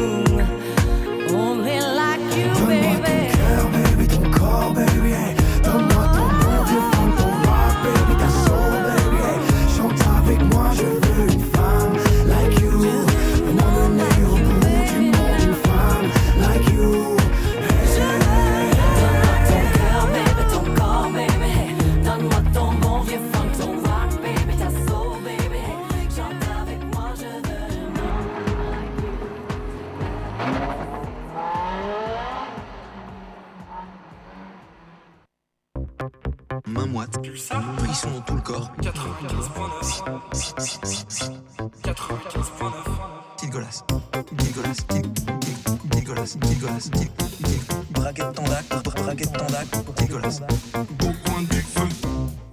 I: you. Only like you,
J: Donne-moi ton
I: baby.
J: cœur, baby, ton corps, baby. hey. Donne-moi ton bon vieux fond, ton rap, baby, ta soul, baby. hey. Chante avec moi, je veux une femme like you. Pour m'emmener au bout du monde, une femme like you.
I: Donne-moi ton cœur, baby, ton corps, baby. Donne-moi ton bon vieux funk, ton rock, baby, ta soul, baby. Chante avec moi, je veux un
J: Main moite, frisson dans tout le corps. 95.9 Gilgolas, Gilgolas, Gilgolas, Gilgolas, Braguette ton dac, braguette ton dac, Gilgolas. Au coin du feu,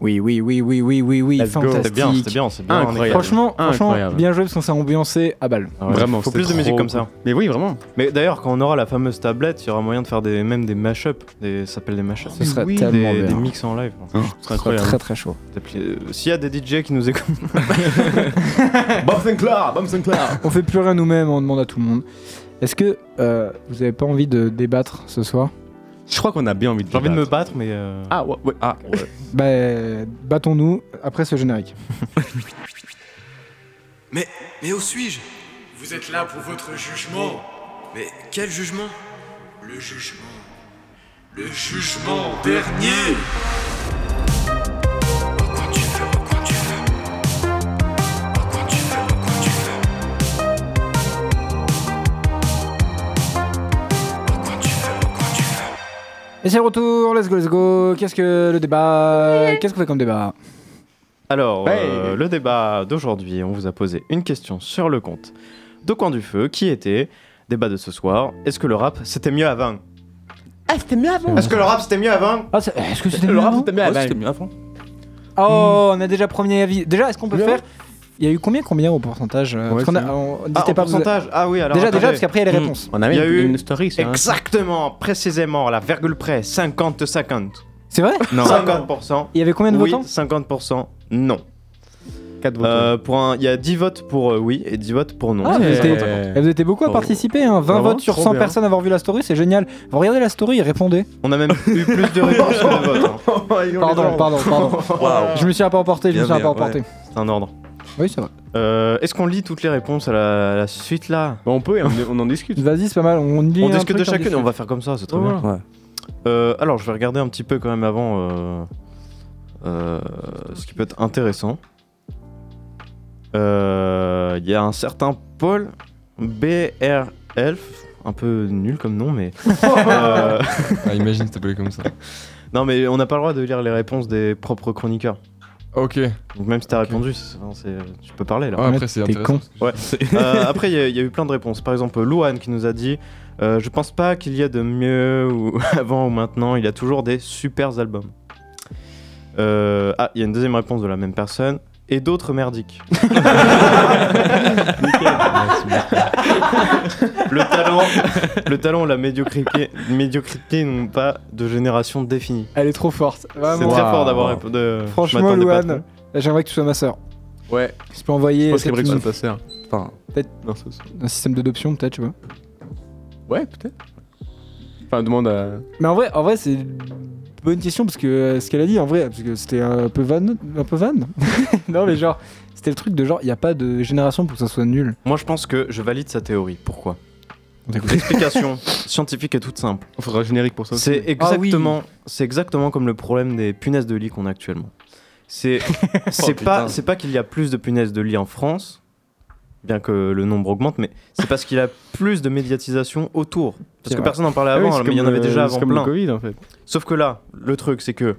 C: Oui, oui, oui, oui, oui, oui, oui,
D: Let's go.
C: fantastique.
D: C'était bien, c'était bien, c'est bien, on est capable.
C: Franchement, franchement,
D: Incroyable.
C: bien joué parce qu'on s'est ambiancé à balle.
D: Ah ouais, Faut plus de musique comme ça. Mais oui, vraiment. Mais d'ailleurs, quand on aura la fameuse tablette, il y aura moyen de faire des, même des mashups. Des, ça s'appelle des mashups.
C: Ce serait
D: Oui.
C: tellement
D: des,
C: bien.
D: des mix en live. Ce
C: Hein,
D: serait
C: ce serait
D: incroyable.
C: très, très chaud.
D: D'appli- euh, S'il y a des DJ qui nous écoutent.
F: Bob Sinclair, Bob Sinclair.
C: on fait plus rien nous-mêmes, on demande à tout le monde. Est-ce que euh, vous avez pas envie de débattre ce soir
F: Je crois qu'on a bien envie de
D: J'ai envie de me battre, mais. euh,
F: Ah ouais, ouais. Ah,
C: Bah, battons-nous après ce générique.
K: Mais, mais où suis-je Vous êtes là pour votre jugement. Mais quel jugement Le jugement. Le jugement dernier.
C: Et c'est le retour, let's go, let's go. Qu'est-ce que le débat Qu'est-ce qu'on fait comme débat
D: Alors, euh, le débat d'aujourd'hui, on vous a posé une question sur le compte de Coin du Feu qui était débat de ce soir est-ce que le rap c'était mieux avant
F: Ah, c'était mieux avant.
D: Est-ce que le rap c'était mieux avant
C: Ah, Est-ce que c'était
D: Le
C: mieux
D: rap
C: avant
D: c'était mieux avant
C: Oh, on a déjà premier avis. Déjà, est-ce qu'on peut faire Il y a eu combien combien au pourcentage euh, parce qu'on a- on-
D: Ah,
C: n'hésitez
D: en
C: pas, vous-
D: pourcentage Ah oui, alors.
C: Déjà,
D: attendez. Hmm.
C: déjà, parce qu'après, il y a les réponses.
F: On a
D: Il y
F: mis
D: a eu
F: une story, ça, hein.
D: Exactement, précisément, à la virgule près, 50-50.
C: C'est vrai
F: Non.
D: 50%.
C: Il y avait combien de
D: oui,
C: votants
D: 50%, non.
F: 4
D: votes. pour un, il y a 10 votes pour euh, oui et 10 votes pour non.
C: Ah, vous, étiez,
D: 50-50.
C: vous étiez beaucoup à participer, hein. 20
D: Vraiment,
C: votes sur
D: Oh. Ah trop
C: 100
D: bien.
C: personnes à avoir vu la story, c'est génial. Vous regardez la story et répondez.
D: On a même eu plus de réponses que de votes. hein.
C: Pardon, pardon, pardon. Je me suis pas emporté, je me suis pas emporté.
D: C'est un ordre.
C: Oui, ça va.
D: Euh, Est-ce qu'on lit toutes les réponses à la, à la suite là
F: On peut et on, en discute.
C: Vas-y, c'est pas mal. On, lit
D: On
C: un
D: discute
C: truc,
D: de
C: on
D: chacune,
C: discute.
D: on va faire comme ça, c'est très
C: Ouais,
D: bien.
C: voilà.
D: Euh, alors, je vais regarder un petit peu quand même avant euh, euh, ce qui peut être intéressant. Euh, Il y a un certain Paul BR Elf, un peu nul comme nom, mais. euh,
G: Ah, imagine si t'appelais comme ça.
D: non, mais on n'a pas le droit de lire les réponses des propres chroniqueurs.
G: Ok.
D: Donc même si t'as répondu, c'est- enfin, c'est- tu peux parler là.
G: Ouais, après, c'est T'es intéressant, con.
D: Ouais. Euh, après, il y, a- il y a eu plein de réponses. Par exemple, Louane qui nous a dit euh, Je pense pas qu'il y a de mieux ou avant ou maintenant. Il y a toujours des super albums. Euh, ah, il y a une deuxième réponse de la même personne. Et d'autres merdiques. le talent, le talent, la médiocrité, médiocrité n'ont pas de génération définie.
C: Elle est trop forte.
D: C'est
C: vraiment.
D: très
F: Waouh.
D: fort d'avoir. répo- de- je
C: Franchement,
D: m'attendais pas à
C: Louane, j'aimerais que tu sois ma sœur.
F: Ouais.
C: Je peux envoyer
F: Je pense
C: cette-
F: qu'Emeric
C: une-
F: c'est ta sœur.
E: Enfin,
C: peut-être
F: Non, ça aussi.
C: un système d'adoption, peut-être, je sais pas.
F: Ouais, peut-être. Enfin, demande à.
C: Mais en vrai, en vrai, c'est une bonne question parce que euh, ce qu'elle a dit, en vrai, parce que c'était un peu van, un peu van. non, mais genre, c'était le truc de genre, il y a pas de génération pour que ça soit nul.
D: Moi, je pense que je valide sa théorie. Pourquoi
C: On t'écoute.
D: L'explication scientifique est toute simple.
F: On fera un générique pour ça. aussi.
D: C'est
C: Ah oui.
D: exactement, c'est exactement comme le problème des punaises de lit qu'on a actuellement. C'est,
F: Oh,
D: c'est pas,
E: putain.
D: c'est pas qu'il y a plus de punaises de lit en France, bien que le nombre augmente, mais c'est parce qu'il y a plus de médiatisation autour. Parce
C: C'est
D: que
C: vrai.
D: personne n'en parlait
F: Ah oui,
D: avant,
F: c'est
D: mais il y en
F: comme
D: avait
F: le-
D: déjà
F: C'est
D: avant
F: comme le
D: plein.
F: Covid en fait.
D: Sauf que là, le truc, c'est que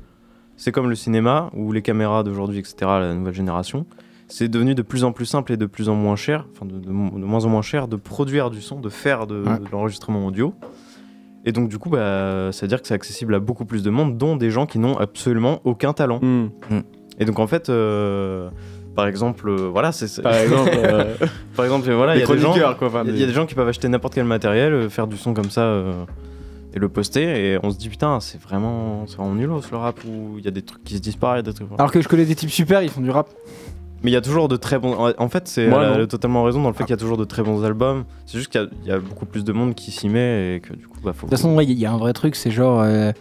D: c'est comme le cinéma ou les caméras d'aujourd'hui, etc., la nouvelle génération. C'est devenu de plus en plus simple et de plus en moins cher, enfin de, de- de moins en moins cher, de produire du son, de faire de,
C: Ouais.
D: de l'enregistrement audio. Et donc, du coup, bah, ça veut dire que c'est accessible à beaucoup plus de monde, dont des gens qui n'ont absolument aucun talent.
F: Hmm.
D: Et donc, en fait, euh, par exemple, euh, voilà, c'est. c'est-
F: Par exemple, euh,
D: par exemple, voilà, il
F: les
D: y a des gens.
F: chroniqueurs quoi. enfin,
D: Il y, a- il y a des gens qui peuvent acheter n'importe quel matériel, euh, faire du son comme ça euh, et le poster, et on se dit putain, c'est vraiment, c'est vraiment nulos le rap où il y a des trucs qui se disparaissent, des trucs.
C: Alors que je connais des types super, ils font du rap.
D: Mais il y a toujours de très bons. en- En fait, c'est
F: Moi,
D: elle a
F: non.
D: totalement raison
C: Ah.
D: dans le fait qu'il y a toujours de très bons albums. C'est juste qu'il y a- il y, a beaucoup plus de monde qui s'y met et que du coup, bah faut.
C: De toute façon, ouais, il y a un vrai truc, c'est genre. euh,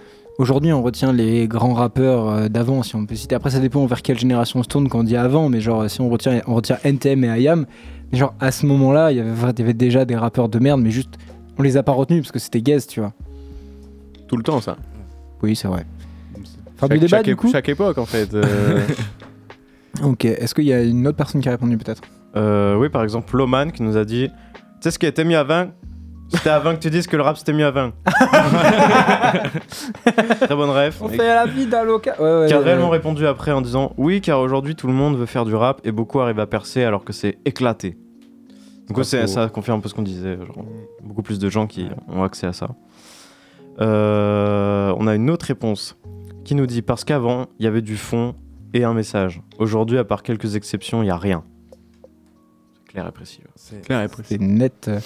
C: Aujourd'hui, on retient les grands rappeurs euh, d'avant, si on peut citer. Après, ça dépend vers quelle génération on se tourne quand on dit avant, mais genre, si on retient, on retient NTM et IAM, mais genre, à ce moment-là, il y, avait, il y avait déjà des rappeurs de merde, mais juste, on les a pas retenus parce que c'était gaze, tu vois.
F: Tout le temps ça.
C: Oui, c'est vrai. Fin
F: Chaque-
C: du débat,
F: chaque
C: du
F: épo-
C: coup
F: Chaque époque en fait. euh,
C: Ok, est-ce qu'il y a une autre personne qui a répondu peut-être
D: Euh, oui, par exemple, Loman qui nous a dit, tu sais ce qui était mieux à 20 c'était avant que tu dises que le rap c'était mieux à 20. Très bonne ref.
C: la vie d'un local. Ouais,
D: qui a réellement répondu après en disant oui car aujourd'hui tout le monde veut faire du rap et beaucoup arrivent à percer alors que c'est éclaté. Donc
F: Pas
D: c'est-
F: faux. Mm.
D: ça confirme un peu ce qu'on disait, genre, beaucoup plus de gens qui ont accès à ça. Euh, on a une autre réponse qui nous dit parce qu'avant il y avait du fond, et un message. Aujourd'hui, à part quelques exceptions, il n'y a rien. C'est clair et précis. ouais.
F: C'est clair et
C: C'est net. euh,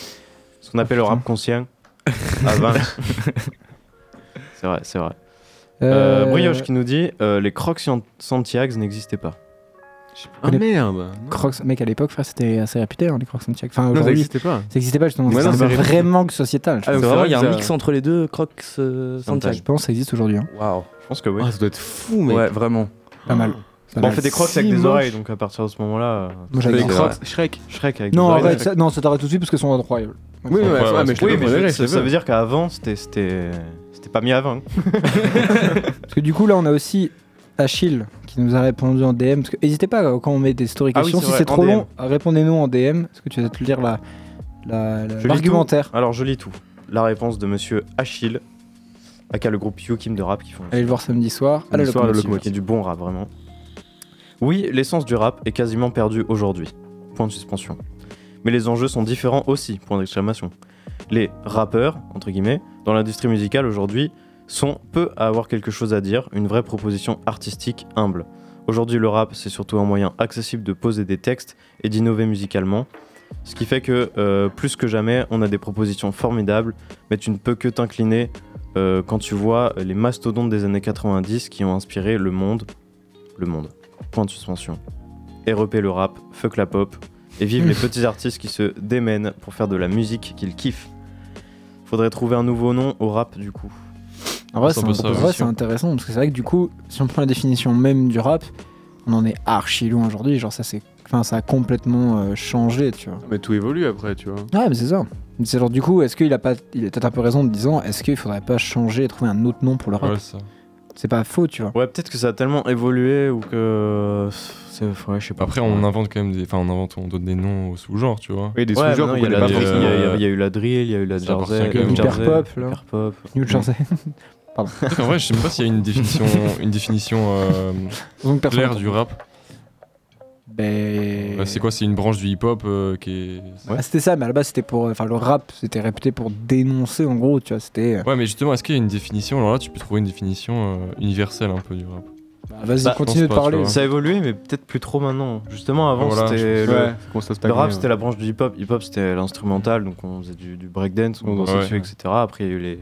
D: Ce qu'on appelle le rap conscient. à 20. c'est vrai, c'est vrai. Euh,
C: Euh,
D: Brioche qui nous dit euh, les crocs San- Santiags n'existaient pas.
F: Ah
C: connais-
F: merde
C: Crocs, mec, à l'époque, frère, c'était assez réputé, hein, les Crocs Santiago. Enfin,
F: Non, ça
C: aujourd'hui,
F: n'existait pas.
C: Ça n'existait pas, justement.
F: Ouais,
C: c'est
F: non,
C: un
F: c'est réputé.
C: vraiment que sociétal. je
F: Ah,
C: pense.
F: donc,
E: C'est vraiment, il y a
F: ça-
E: un mix entre les deux, Crocs euh,
C: Je
E: Santiago.
C: pense que ça existe aujourd'hui. hein.
E: Waouh.
D: Je pense que oui.
F: Ah, ça doit être fou, mec.
E: Ouais, vraiment.
C: Pas mal. Pas
D: Bon, Bah, on
C: mal.
D: fait des crocs avec
F: Si
D: des
F: moche.
D: oreilles, donc à partir de ce moment-là.
C: Moi,
D: euh,
C: j'avais
F: Les
E: C'est
F: crocs
E: vrai.
F: Shrek.
D: Shrek avec
C: Non,
D: des oreilles.
C: arrête, ça, non, ça t'arrête tout de suite parce qu'elles sont incroyables.
F: Oui, ouais,
G: Ouais,
F: ouais, mais je
D: Oui, mais
F: les
D: je-
F: connais,
D: ça,
F: je les
D: ça
F: veux.
D: veut dire qu'avant, c'était c'était c'était pas mis avant.
C: Parce que du coup, là, on a aussi Achille qui nous a répondu en DM. Parce que n'hésitez pas euh, quand on met des story
D: Ah oui,
C: questions,
D: c'est
C: si
D: vrai,
C: c'est
D: en
C: trop
D: DM.
C: long, répondez-nous en DM. Parce que tu vas te lire la- la- la-
D: lis
C: l'argumentaire.
D: Alors, je lis tout. La réponse de monsieur Achille, aka le groupe You Kim de rap qui font
C: Allez le voir samedi soir. à la
D: l'histoire de
C: locomotive.
D: locomotive. Il y a du bon rap, vraiment. Oui, l'essence du rap est quasiment perdue aujourd'hui. Point de suspension. Mais les enjeux sont différents aussi. Point d'exclamation. Les rappeurs, entre guillemets, dans l'industrie musicale aujourd'hui, sont peu à avoir quelque chose à dire, une vraie proposition artistique humble. Aujourd'hui, le rap, c'est surtout un moyen accessible de poser des textes et d'innover musicalement. Ce qui fait que, euh, plus que jamais, on a des propositions formidables, mais tu ne peux que t'incliner euh, quand tu vois les mastodontes des années 90 qui ont inspiré le monde, le monde, point de suspension. R.E.P. le rap, fuck la pop, et vive les petits artistes qui se démènent pour faire de la musique qu'ils kiffent. Faudrait trouver un nouveau nom au rap du coup.
C: En vrai,
G: C'est
C: c'est
G: un peu ça,
C: en vrai,
G: ouais.
C: c'est intéressant parce que c'est vrai que du coup, si on prend la définition même du rap, on en est archi loin aujourd'hui. Genre, ça, c'est- enfin, ça a complètement euh, changé, tu vois.
F: Mais tout évolue après, tu vois.
C: Ouais, mais c'est ça. C'est genre, du coup, est-ce qu'il a pas. Il a peut-être un peu raison en disant, est-ce qu'il faudrait pas changer et trouver un autre nom pour
D: Ah,
C: le rap
G: Ouais, ça.
C: C'est pas faux, tu vois.
D: Ouais, peut-être que ça a tellement évolué ou que. C'est ouais, je sais pas.
G: Après, on invente quand même des. Enfin, on invente, on donne des noms aux sous-genres, tu vois.
F: Oui, des
D: Ouais,
F: sous-genres
D: mais non,
F: qu'on
D: il y, a la-
F: connaît pas
D: il y a-
G: forcément.
D: il y a- il
F: forcément.
D: y a- il y a eu la drill, il y a eu la
G: Ça
D: jersey,
G: appartient quand même
D: la
G: au
D: jersey,
C: hyperpop, là.
D: l'hyperpop.
G: Mm.
C: New Jersey.
G: En vrai, je sais même pas s'il y a une définition, une définition euh,
C: Donc, personne
G: claire
C: n'entend.
G: du rap.
C: Ben.
G: Bah, c'est quoi C'est une branche du hip-hop euh, qui est.
C: Ah, c'était ça, mais à la base, c'était pour. Enfin, le rap, c'était réputé pour dénoncer, en gros, tu vois. C'était. euh,
G: Ouais, mais justement, est-ce qu'il y a une définition Alors là, tu peux trouver une définition euh, universelle un peu du rap.
C: Vas-y,
D: bah,
C: continue
G: je
C: de
G: pense pas, tu
C: parler.
G: vois.
D: Ça a évolué, mais peut-être plus trop maintenant. Justement, avant,
G: Voilà,
D: c'était.
G: je
D: Le,
F: Ouais, comment ça
D: le
F: se tague,
D: rap,
F: ouais.
D: c'était la branche du hip-hop. Hip-hop, c'était l'instrumental, donc on faisait du, du breakdance, on dansait
G: Ouais.
D: dessus, etc. Après, il y a eu les.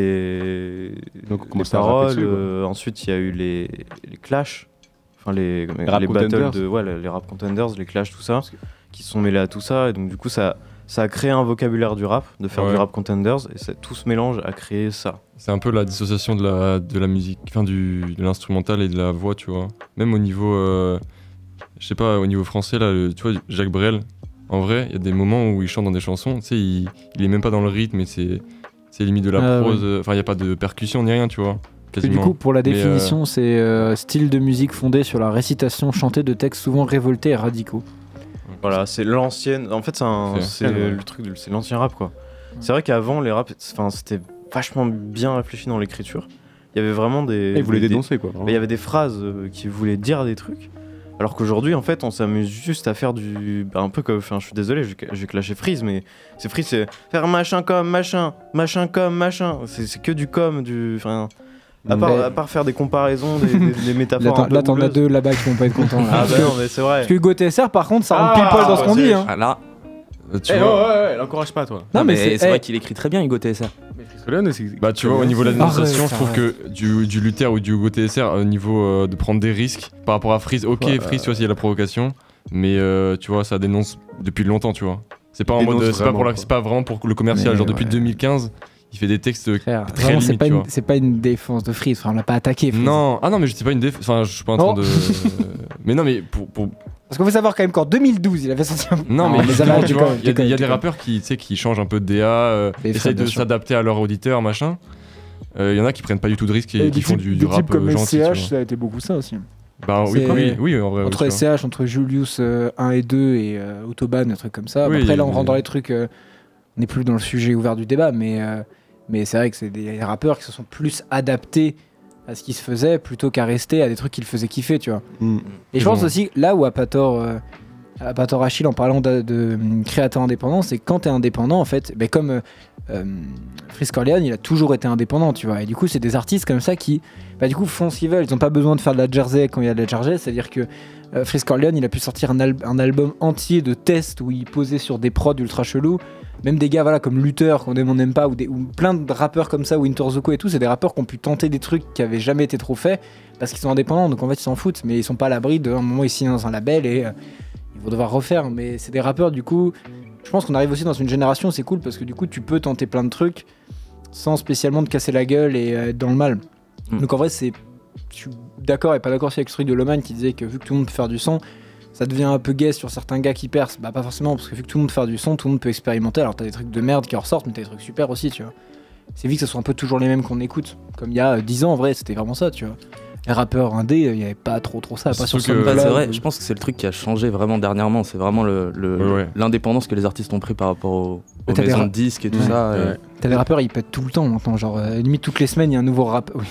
D: Les,
F: Donc, on
D: les
F: commençait à rapper
D: paroles,
F: dessus, quoi.
D: euh, ensuite il y a eu les, les clashs, enfin les, les,
F: rap
D: battles
F: contenders.
D: de. Ouais, les rap contenders, les clashs, tout ça, qui se sont mêlés à tout ça, et donc du coup ça, ça a créé un vocabulaire du rap, de faire
G: Ouais.
D: du rap contenders, et ça- tout ce mélange a créé ça.
G: C'est un peu la dissociation de la, de la musique, enfin du, de l'instrumental et de la voix, tu vois. Même au niveau, euh, je sais pas, au niveau français, là, le- tu vois, Jacques Brel, en vrai, il y a des moments où il chante dans des chansons, tu sais, il, il est même pas dans le rythme et c'est, c'est limite de la
C: Ah,
G: prose, enfin, il n'y a pas de percussion ni rien, tu vois.
C: Et
G: Quasiment.
C: du coup, pour la
G: Mais, euh,
C: définition, c'est euh, style de musique fondé sur la récitation chantée de textes souvent révoltés et radicaux.
D: Voilà, c'est l'ancienne. En fait, c'est un-
G: C'est-
D: c'est
G: Ah, ouais.
D: le truc, de- c'est l'ancien rap quoi. C'est vrai qu'avant les rap, enfin, c'était vachement bien réfléchi dans l'écriture. Il y avait vraiment des.
F: Et vous les
D: des-
F: dénoncez, quoi.
D: Mais il y avait des phrases euh, qui voulaient dire des trucs. Alors qu'aujourd'hui, en fait, on s'amuse juste à faire du. bah, un peu comme. Enfin, je suis désolé, je, je vais clasher Freeze, mais c'est Freeze, c'est faire machin comme machin, machin comme machin. C'est c'est que du comme, du. Enfin. À part,
C: Mais-
D: à part faire des comparaisons, des, des- des
C: Là,
D: métaphores.
C: t'en-
D: un peu
C: là, t'en as
D: houleuses.
C: deux là-bas qui vont pas être contents. là.
D: Ah,
C: Parce
D: bah
C: que-
D: non, mais c'est vrai.
C: Parce que Hugo TSR, par contre, ça rentre
F: Ah,
C: pile poil dans ce
F: bah,
C: qu'on
F: c'est-
C: dit. Hein.
E: Ah là.
G: Euh, tu
F: Eh, ouais,
G: vois,
F: ouais, ouais, l'encourage pas, toi.
D: Ah,
C: Non, mais c'est- eh,
E: vrai qu'il écrit très bien Hugo TSR.
G: bah, tu vois, au niveau de la
C: Arrête,
G: dénonciation, je trouve
C: arrête.
G: que du, du Luther ou du Hugo TSR, au niveau euh, de prendre des risques par rapport à Freeze, ok,
F: Ouais,
G: Freeze, tu vois, il y a la provocation, mais euh, tu vois, ça dénonce depuis longtemps, tu vois. C'est pas en
F: Dénonce
G: mode, c'est pas,
F: vraiment,
G: pour la-
F: quoi.
G: c'est pas vraiment pour le commercial,
C: Mais
G: genre depuis
C: ouais.
G: 2015, il fait des textes.
C: Frère,
G: Très
C: vraiment, c'est
G: limite,
C: pas,
G: tu
C: une-
G: vois.
C: c'est pas une défense de Freeze. Enfin, on l'a pas attaqué. Freeze.
G: Non, ah non, mais je sais pas une déf. Enfin, je suis pas en train
C: Oh.
G: de. mais non, mais pour. pour-
C: Parce qu'on faut savoir quand même qu'en 2012, il avait sorti un.
G: Non, mais
C: ça
G: justement,
C: va,
G: tu
C: tu
G: vois,
C: connais,
G: il y a,
C: tu
G: des- il y
C: connais,
G: a
C: tu
G: des rappeurs qui, tu sais, qui changent un peu de DA, euh,
C: Des
G: essayent
C: fans,
G: de
C: bien sûr.
G: s'adapter à leur auditeur, machin. Euh, Il y en a qui prennent pas du tout de risques et,
C: Et
G: qui
C: Euh, des
G: font
C: types-
G: du, du
C: des
G: rap
C: types comme
G: euh, gentil. tu
C: SCH,
G: vois.
C: ça a été beaucoup ça aussi.
G: Bah oui,
C: C'est-
G: oui, oui, en vrai. oui,
C: entre
G: tu vois.
C: SCH, entre Julius euh, 1 et 2 et euh, Autobahn, un truc comme ça.
G: Oui,
C: Après, là, on
G: mais-
C: rentre dans les trucs. euh, on n'est plus dans le sujet ouvert du débat, mais, euh, mais c'est vrai que c'est des rappeurs qui se sont plus adaptés à ce qui se faisait plutôt qu'à rester à des trucs qu'ils faisaient kiffer, tu vois.
F: Mm.
C: Et je
G: Ils
C: pense
G: ont-
C: aussi, là où a pas tort, euh, à Pator Achille en parlant de, de, euh, créateur indépendant, c'est quand t'es indépendant, en fait, ben comme euh, euh, Frisk Orleans, il a toujours été indépendant, tu vois. Et du coup, c'est des artistes comme ça qui, bah, du coup, font ce qu'ils veulent. Ils n'ont pas besoin de faire de la jersey quand il y a de la jersey. C'est-à-dire que euh, Frisk Orleans, il a pu sortir un, al- un album entier de tests où il posait sur des prods ultra chelous. Même des gars voilà, comme Luther, qu'on aime, on n'aime pas, ou, des, ou plein de rappeurs comme ça, Winter Zuko et tout, c'est des rappeurs qui ont pu tenter des trucs qui avaient jamais été trop faits parce qu'ils sont indépendants, donc en fait ils s'en foutent, mais ils sont pas à l'abri d'un moment ils signent dans un label et euh, ils vont devoir refaire. Mais c'est des rappeurs, du coup, je pense qu'on arrive aussi dans une génération, c'est cool parce que du coup tu peux tenter plein de trucs sans spécialement te casser la gueule et euh, être dans le mal.
E: Mm.
C: Donc en vrai, c'est. Je suis d'accord et pas d'accord aussi avec ce truc de Loman qui disait que vu que tout le monde peut faire du son, ça devient un peu gay sur certains gars qui percent. Bah pas forcément, parce que vu que tout le monde peut faire du son, tout le monde peut expérimenter. Alors t'as des trucs de merde qui en ressortent, mais t'as des trucs super aussi, tu vois. C'est vite que ce soit un peu toujours les mêmes qu'on écoute. Comme il y a euh, 10 ans, en vrai, c'était vraiment ça, tu vois. Les rappeurs indés, euh, il n'y avait pas trop trop ça. Pas sur
E: Bah,
C: SoundCloud,
E: c'est vrai,
C: euh,
E: je pense que c'est le truc qui a changé vraiment dernièrement. C'est vraiment le- le- l'indépendance que les artistes ont pris par rapport aux, aux
C: Mais t'as des
E: maisons
C: ra-
E: de disques et tout
C: Ouais.
E: ça. et-
C: Ouais. T'as des rappeurs, ils pètent tout le temps maintenant. Genre, euh, limite, toutes les semaines, il y a un nouveau rap. Oui.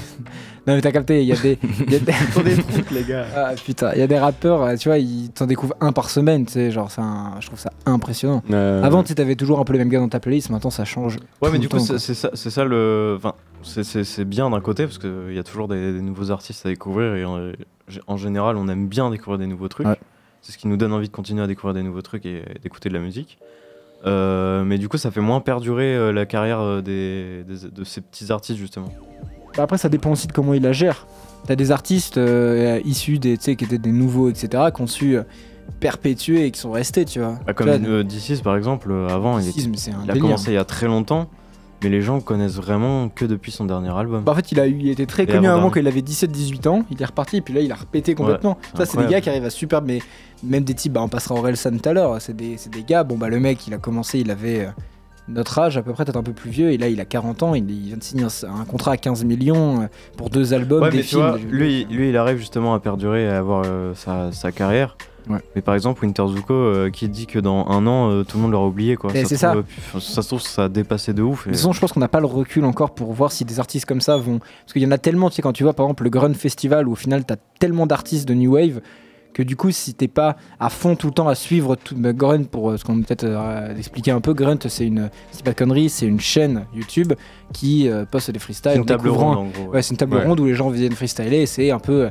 C: Non, mais t'as capté, il y a des. il y a des-
K: les gars.
C: Ah putain, il y a des rappeurs, euh, tu vois, ils t'en découvrent un par semaine, tu sais, genre, c'est un- je trouve ça impressionnant.
F: Euh,
C: Avant, tu sais, t'avais toujours un peu les mêmes gars dans ta playlist, maintenant ça change.
D: Ouais,
C: tout
D: mais
C: le
D: du coup,
C: temps,
D: c'est c'est ça, c'est ça le. Enfin, c'est- c'est c'est bien d'un côté, parce qu'il y a toujours des, des nouveaux artistes à découvrir, et en, en général, on aime bien découvrir des nouveaux trucs.
C: Ouais.
D: C'est ce qui nous donne envie de continuer à découvrir des nouveaux trucs et, et d'écouter de la musique. Euh, mais du coup, ça fait moins perdurer euh, la carrière euh, des, des- de ces petits artistes, justement.
C: Bah, Après, ça dépend aussi de comment il la gère. T'as des artistes euh, issus des, tu sais, qui étaient des nouveaux, etc., qui ont su euh, perpétuer et qui sont restés, tu vois.
D: Bah, comme
C: Tu vois,
D: euh, D6, par exemple, euh, avant, il,
C: D6, mais c'est un
D: il a
C: délire.
D: commencé il y a très longtemps, mais les gens le connaissent vraiment que depuis son dernier album.
C: Bah, en fait, il a eu, il était très
D: Et
C: connu à un moment
D: avant-dernier.
C: quand il avait 17-18 ans, il est reparti, et puis là, il a repété complètement.
D: c'est
C: ça, c'est des
D: incroyable.
C: gars qui arrivent à super, mais même des types, bah, on passera Aurel San tout à l'heure, c'est des, c'est des gars, bon, bah, le mec, il a commencé, il avait euh, notre âge à peu près, peut-être un peu plus vieux, et là, il a 40 ans, il, il vient de signer un, un contrat à 15 millions euh, pour deux albums,
D: Ouais,
C: des
D: mais tu
C: films.
D: vois,
C: des jeux.
D: lui, lui, il arrive justement à perdurer et à avoir euh, sa, sa carrière. Mais par exemple, Winter Zuko, euh, qui dit que dans un an, euh, tout le monde l'aura oublié. Quoi.
C: Mais
D: se
C: Eh, c'est ça.
D: trouve, euh, pff, ça se trouve, ça a dépassé de ouf. et-
C: De toute façon, je pense qu'on n'a pas le recul encore pour voir si des artistes comme ça vont. Parce qu'il y en a tellement, tu sais, quand tu vois par exemple le Grun Festival où au final t'as tellement d'artistes de New Wave que du coup, si t'es pas à fond tout le temps à suivre tout. bah, Grunt, pour euh, ce qu'on peut peut-être euh, expliquer un peu, Grunt, c'est une. C'est pas de conneries, c'est une chaîne YouTube qui euh, poste des freestyles.
D: C'est une
C: en
D: table
C: découvrant-
D: ronde, en gros, ouais.
C: Ouais, c'est une table
D: Ouais.
C: ronde où les gens viennent freestyler et c'est un peu. euh,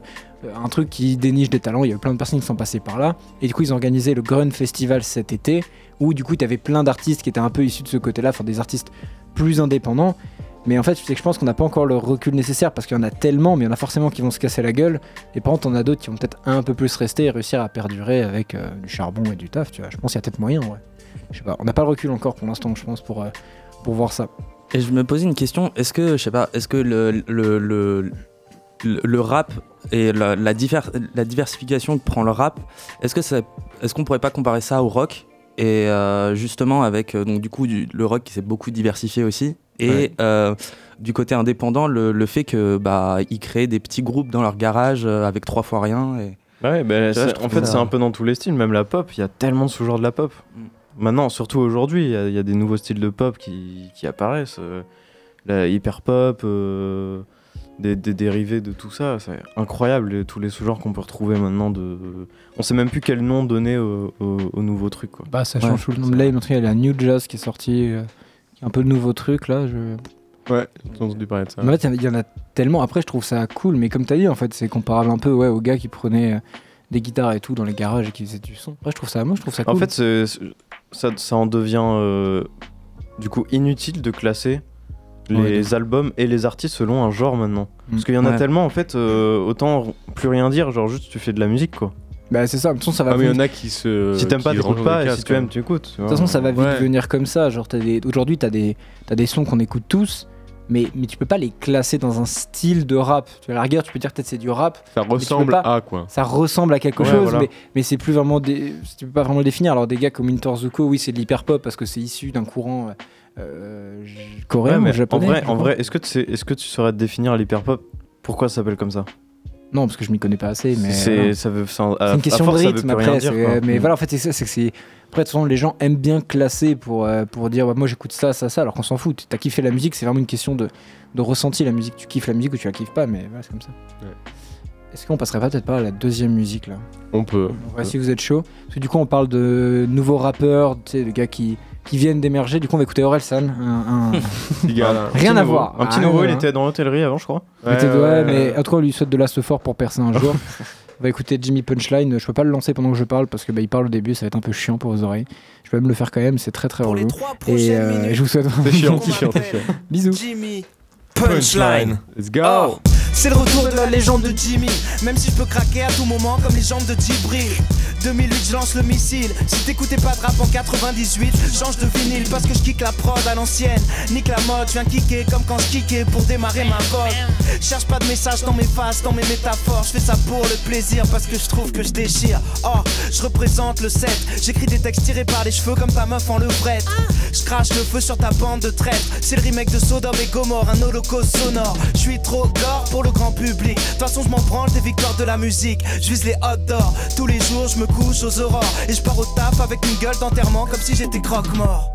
C: un truc qui déniche des talents, il y a eu plein de personnes qui sont passées par là. Et du coup, ils ont organisé le Grunt Festival cet été, où du coup, tu avais plein d'artistes qui étaient un peu issus de ce côté-là, enfin des artistes plus indépendants. Mais en fait, c'est que je pense qu'on n'a pas encore le recul nécessaire parce qu'il y en a tellement, mais il y en a forcément qui vont se casser la gueule. Et par contre, on a d'autres qui vont peut-être un peu plus rester et réussir à perdurer avec euh, du charbon et du taf, tu vois. Je pense qu'il y a peut-être moyen, ouais. Je sais pas, on n'a pas le recul encore pour l'instant, je pense, pour, euh, pour voir ça.
E: Et je me posais une question, est-ce que, je sais pas, est-ce que le, le, le, le- le rap et la, la diver- la diversification que prend le rap, est-ce que ça- est-ce qu'on pourrait pas comparer ça au rock Et euh, justement avec, euh, donc du coup, du- le rock qui s'est beaucoup diversifié aussi, et
L: Ouais.
E: euh, du côté indépendant, le, le fait que bah ils créent des petits groupes dans leur garage euh, avec trois fois rien. Et...
D: Ouais, ben,
E: Ça, je
D: c'est- en
E: trouve
D: fait,
E: ça- Mm.
D: c'est un peu dans tous les styles, même la pop, il y a tellement de sous-genres de la pop. Maintenant, surtout aujourd'hui, il y a- il y, a des nouveaux styles de pop qui, qui apparaissent. euh, la hyper pop, euh, des, des dérivés de tout ça, c'est incroyable les- tous les sous-genres qu'on peut retrouver maintenant. De... On sait même plus quel nom donner au, au, au nouveau truc. Quoi.
C: Bah, ça change tout le nom de l'âme. En tout cas, il y a la New Jazz qui est sortie, euh, qui est un peu le nouveau truc là. Je...
F: Ouais, j'ai entendu parler de ça.
C: Mais En fait, il y en a tellement. Après, je trouve ça cool, mais comme t'as dit, en fait, c'est comparable un peu ouais, aux gars qui prenaient euh, des guitares et tout dans les garages et qui faisaient du son. Après, je trouve ça, moi, je trouve ça cool.
D: En fait, c'est- c'est- ça, ça en devient euh, du coup inutile de classer les albums et les artistes selon un genre maintenant.
C: Mm.
D: Parce qu'il y en
C: Ouais.
D: a tellement en fait, euh, autant plus rien dire, genre juste tu fais de la musique quoi.
C: Bah, c'est ça. De toute façon, ça va.
F: Ah, mais il y en
C: vite-
F: a qui se.
D: Si t'aimes
F: qui
D: pas, t'écoutes
F: rangent
D: pas,
F: des
D: et si
F: casques,
D: tu aimes,
F: hein.
D: tu écoutes, tu
C: De toute façon, ça va vite
F: Ouais.
C: venir comme ça. Genre, t'as des... aujourd'hui, t'as des... t'as des sons qu'on écoute tous, mais... mais tu peux pas les classer dans un style de rap. Tu vois, à la rigueur, tu peux dire peut-être c'est du rap. mais
F: Ça
C: tu peux
F: ressemble
C: pas-
F: à quoi
C: Ça ressemble à quelque
F: Ouais,
C: chose,
F: voilà.
C: mais, mais c'est plus vraiment. Des... Tu peux pas vraiment le définir. Alors, des gars comme Winter Zuko, oui, c'est de l'hyper pop parce que c'est issu d'un courant. euh, euh, j- coréen
D: Ouais,
C: ou
D: mais
C: japonais
D: En vrai,
C: je
D: en
C: crois.
D: vrai est-ce que, tu sais- est-ce que tu saurais définir l'hyper pop Pourquoi ça s'appelle comme ça
C: Non, parce que je m'y connais pas assez, mais.
D: C'est
C: voilà.
D: ça veut- ça- à-
C: C'est
D: à
C: une question
D: force,
C: de
D: ça veut
C: rythme
D: plus
C: après.
D: rien dire,
C: c'est- euh,
D: quoi.
C: mais
D: Mm.
C: voilà, en fait, c'est ça, c'est que c'est. Après, de toute façon, les gens aiment bien classer pour, euh, pour dire, ouais, moi j'écoute ça, ça, ça, alors qu'on s'en fout. T'as kiffé la musique, c'est vraiment une question de, de ressenti la musique. Tu kiffes la musique ou tu la kiffes pas, mais voilà, c'est comme ça. Est-ce qu'on passerait pas peut-être pas à la deuxième musique là
F: On peut.
C: Ouais, si vous êtes chaud. Parce que du coup, on parle de nouveaux rappeurs, tu sais, de gars qui, qui viennent d'émerger. Du coup, on va écouter Orelsan. un- un-
D: Voilà.
C: Rien
D: Un petit
C: à
D: nouveau.
C: voir.
D: Un petit
C: Ah,
D: nouveau,
C: rien
D: il
C: à
D: était dans l'hôtellerie avant, je crois.
C: Ouais, ouais, mais à toi, on lui souhaite de l'astre fort pour percer un jour. on va écouter Jimmy Punchline. Je peux pas le lancer pendant que je parle parce que bah, il parle au début, ça va être un peu chiant pour vos oreilles. Je peux même le faire quand même, c'est très très relou. Et euh, je vous souhaite
F: C'est chiant, c'est chiant, c'est chiant.
C: Bisous.
J: Jimmy Punchline.
F: Let's go.
E: Oh.
J: C'est le retour de la légende de Jimmy. Même si je peux craquer à tout moment comme les jambes de Djibril. 2008, je lance le missile. Si t'écoutais pas de rap en 98, change de vinyle parce que je kick la prod à l'ancienne. Nique la mode, je viens kicker comme quand je kickais pour démarrer ma vogue. Cherche pas de message dans mes faces, dans mes métaphores. Je fais ça pour le plaisir parce que je trouve que je déchire. Oh, je représente le 7. J'écris des textes tirés par les cheveux comme ta meuf en levrette. Je crache le feu sur ta bande de traîtres. C'est le remake de Sodome et Gomorre, un holocauste sonore. Je suis trop gore pour le grand public. De toute façon, je m'en branle des victoires de la musique. Je vise les hot d'or. Tous les jours, je me couche aux aurores. Et je pars au taf avec une gueule d'enterrement comme si j'étais croque-mort.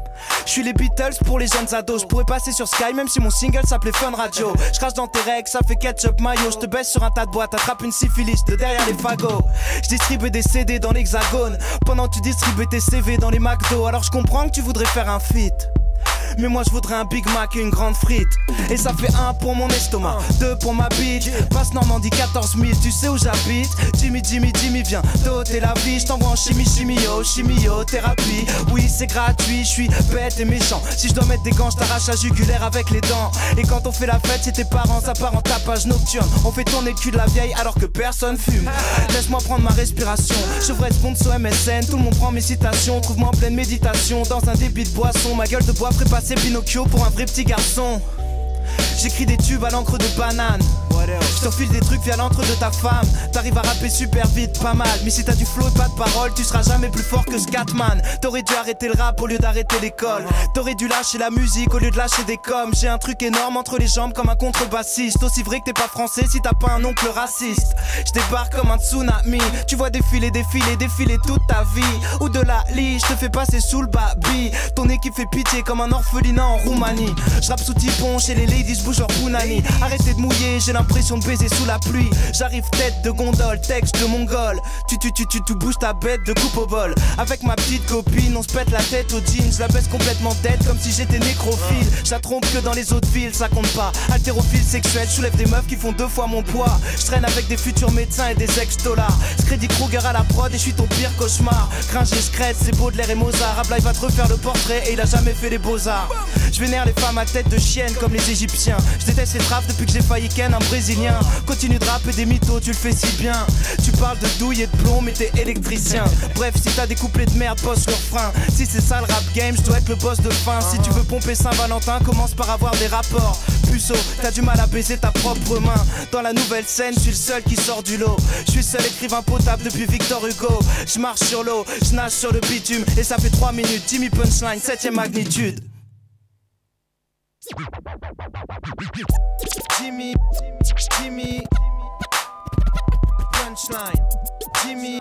J: Je suis les Beatles pour les jeunes ados. Je pourrais passer sur Sky même si mon single s'appelait Fun Radio. Je crache dans tes règles, ça fait ketchup mayo. Je te baisse sur un tas de boîtes, attrape une syphilis de derrière les fagots. Je distribue des CD dans l'hexagone pendant que tu distribues tes CV dans les McDo. Alors je comprends que tu voudrais faire un feat. Mais moi je voudrais un Big Mac et une grande frite Et ça fait un pour mon estomac, deux pour ma bite Passe Normandie 14 000, tu sais où j'habite Jimmy, Jimmy, Jimmy, viens t'ôter la vie Je t'envoie en chimie, chimio, chimiothérapie Oui c'est gratuit, je suis bête et méchant Si je dois mettre des gants, je t'arrache la jugulaire avec les dents Et quand on fait la fête, c'est tes parents, ça part en tapage nocturne On fait tourner le cul de la vieille alors que personne fume Laisse-moi prendre ma respiration Je devrais être sponsor MSN, tout le monde prend mes citations Trouve-moi en pleine méditation, dans un débit de boisson Ma gueule de bois ferait passer Pinocchio pour un vrai petit garçon J'écris des tubes à l'encre de banane. Je t'enfile des trucs via l'encre de ta femme. T'arrives à rapper super vite, pas mal. Mais si t'as du flow et pas de parole, tu seras jamais plus fort que Scatman. T'aurais dû arrêter le rap au lieu d'arrêter l'école. T'aurais dû lâcher la musique au lieu de lâcher des coms. J'ai un truc énorme entre les jambes comme un contrebassiste. Aussi vrai que t'es pas français si t'as pas un oncle raciste. Je débarque comme un tsunami. Tu vois défiler, défiler, défiler toute ta vie. Ou de la lit, je te fais passer sous le babi. Ton équipe fait pitié comme un orphelinat en Roumanie. Je rappe sous Tipon chez les ladies, bouge leur punani. Arrêtez de mouiller, j'ai l'impression de baiser sous la pluie. J'arrive tête de gondole, texte de mongol. Tu, tu, tu, tu, tu bouges ta bête de coupe au bol. Avec ma petite copine, on se pète la tête aux jeans. Je la baisse complètement tête comme si j'étais nécrophile. Je la trompe que dans les autres villes, ça compte pas. Altérophile sexuel, je soulève des meufs qui font deux fois mon poids. Je traîne avec des futurs médecins et des ex-dollars. Je crée des Kruger à la prod et je suis ton pire cauchemar. Cringe et scred, c'est Baudelaire et Mozart. Ablaï va te refaire le portrait et il a jamais fait les beaux-arts. Je vénère les femmes à tête de chienne comme les égyptiens. Je déteste les trappes depuis que j'ai failli ken un brésilien. Continue de rapper des mythos, tu le fais si bien. Tu parles de douille et de plomb, mais t'es électricien. Bref, si t'as des couplets de merde, bosse le frein. Si c'est ça le rap game, je dois être le boss de fin. Si tu veux pomper Saint-Valentin, commence par avoir des rapports. Puceau, t'as du mal à baiser ta propre main. Dans la nouvelle scène, je suis le seul qui sort du lot. Je suis seul écrivain potable depuis Victor Hugo. Je marche sur l'eau, je nage sur le bitume. Et ça fait 3 minutes, Jimmy Punchline, 7 magnitude. Jimmy, Jimmy, punchline. Jimmy,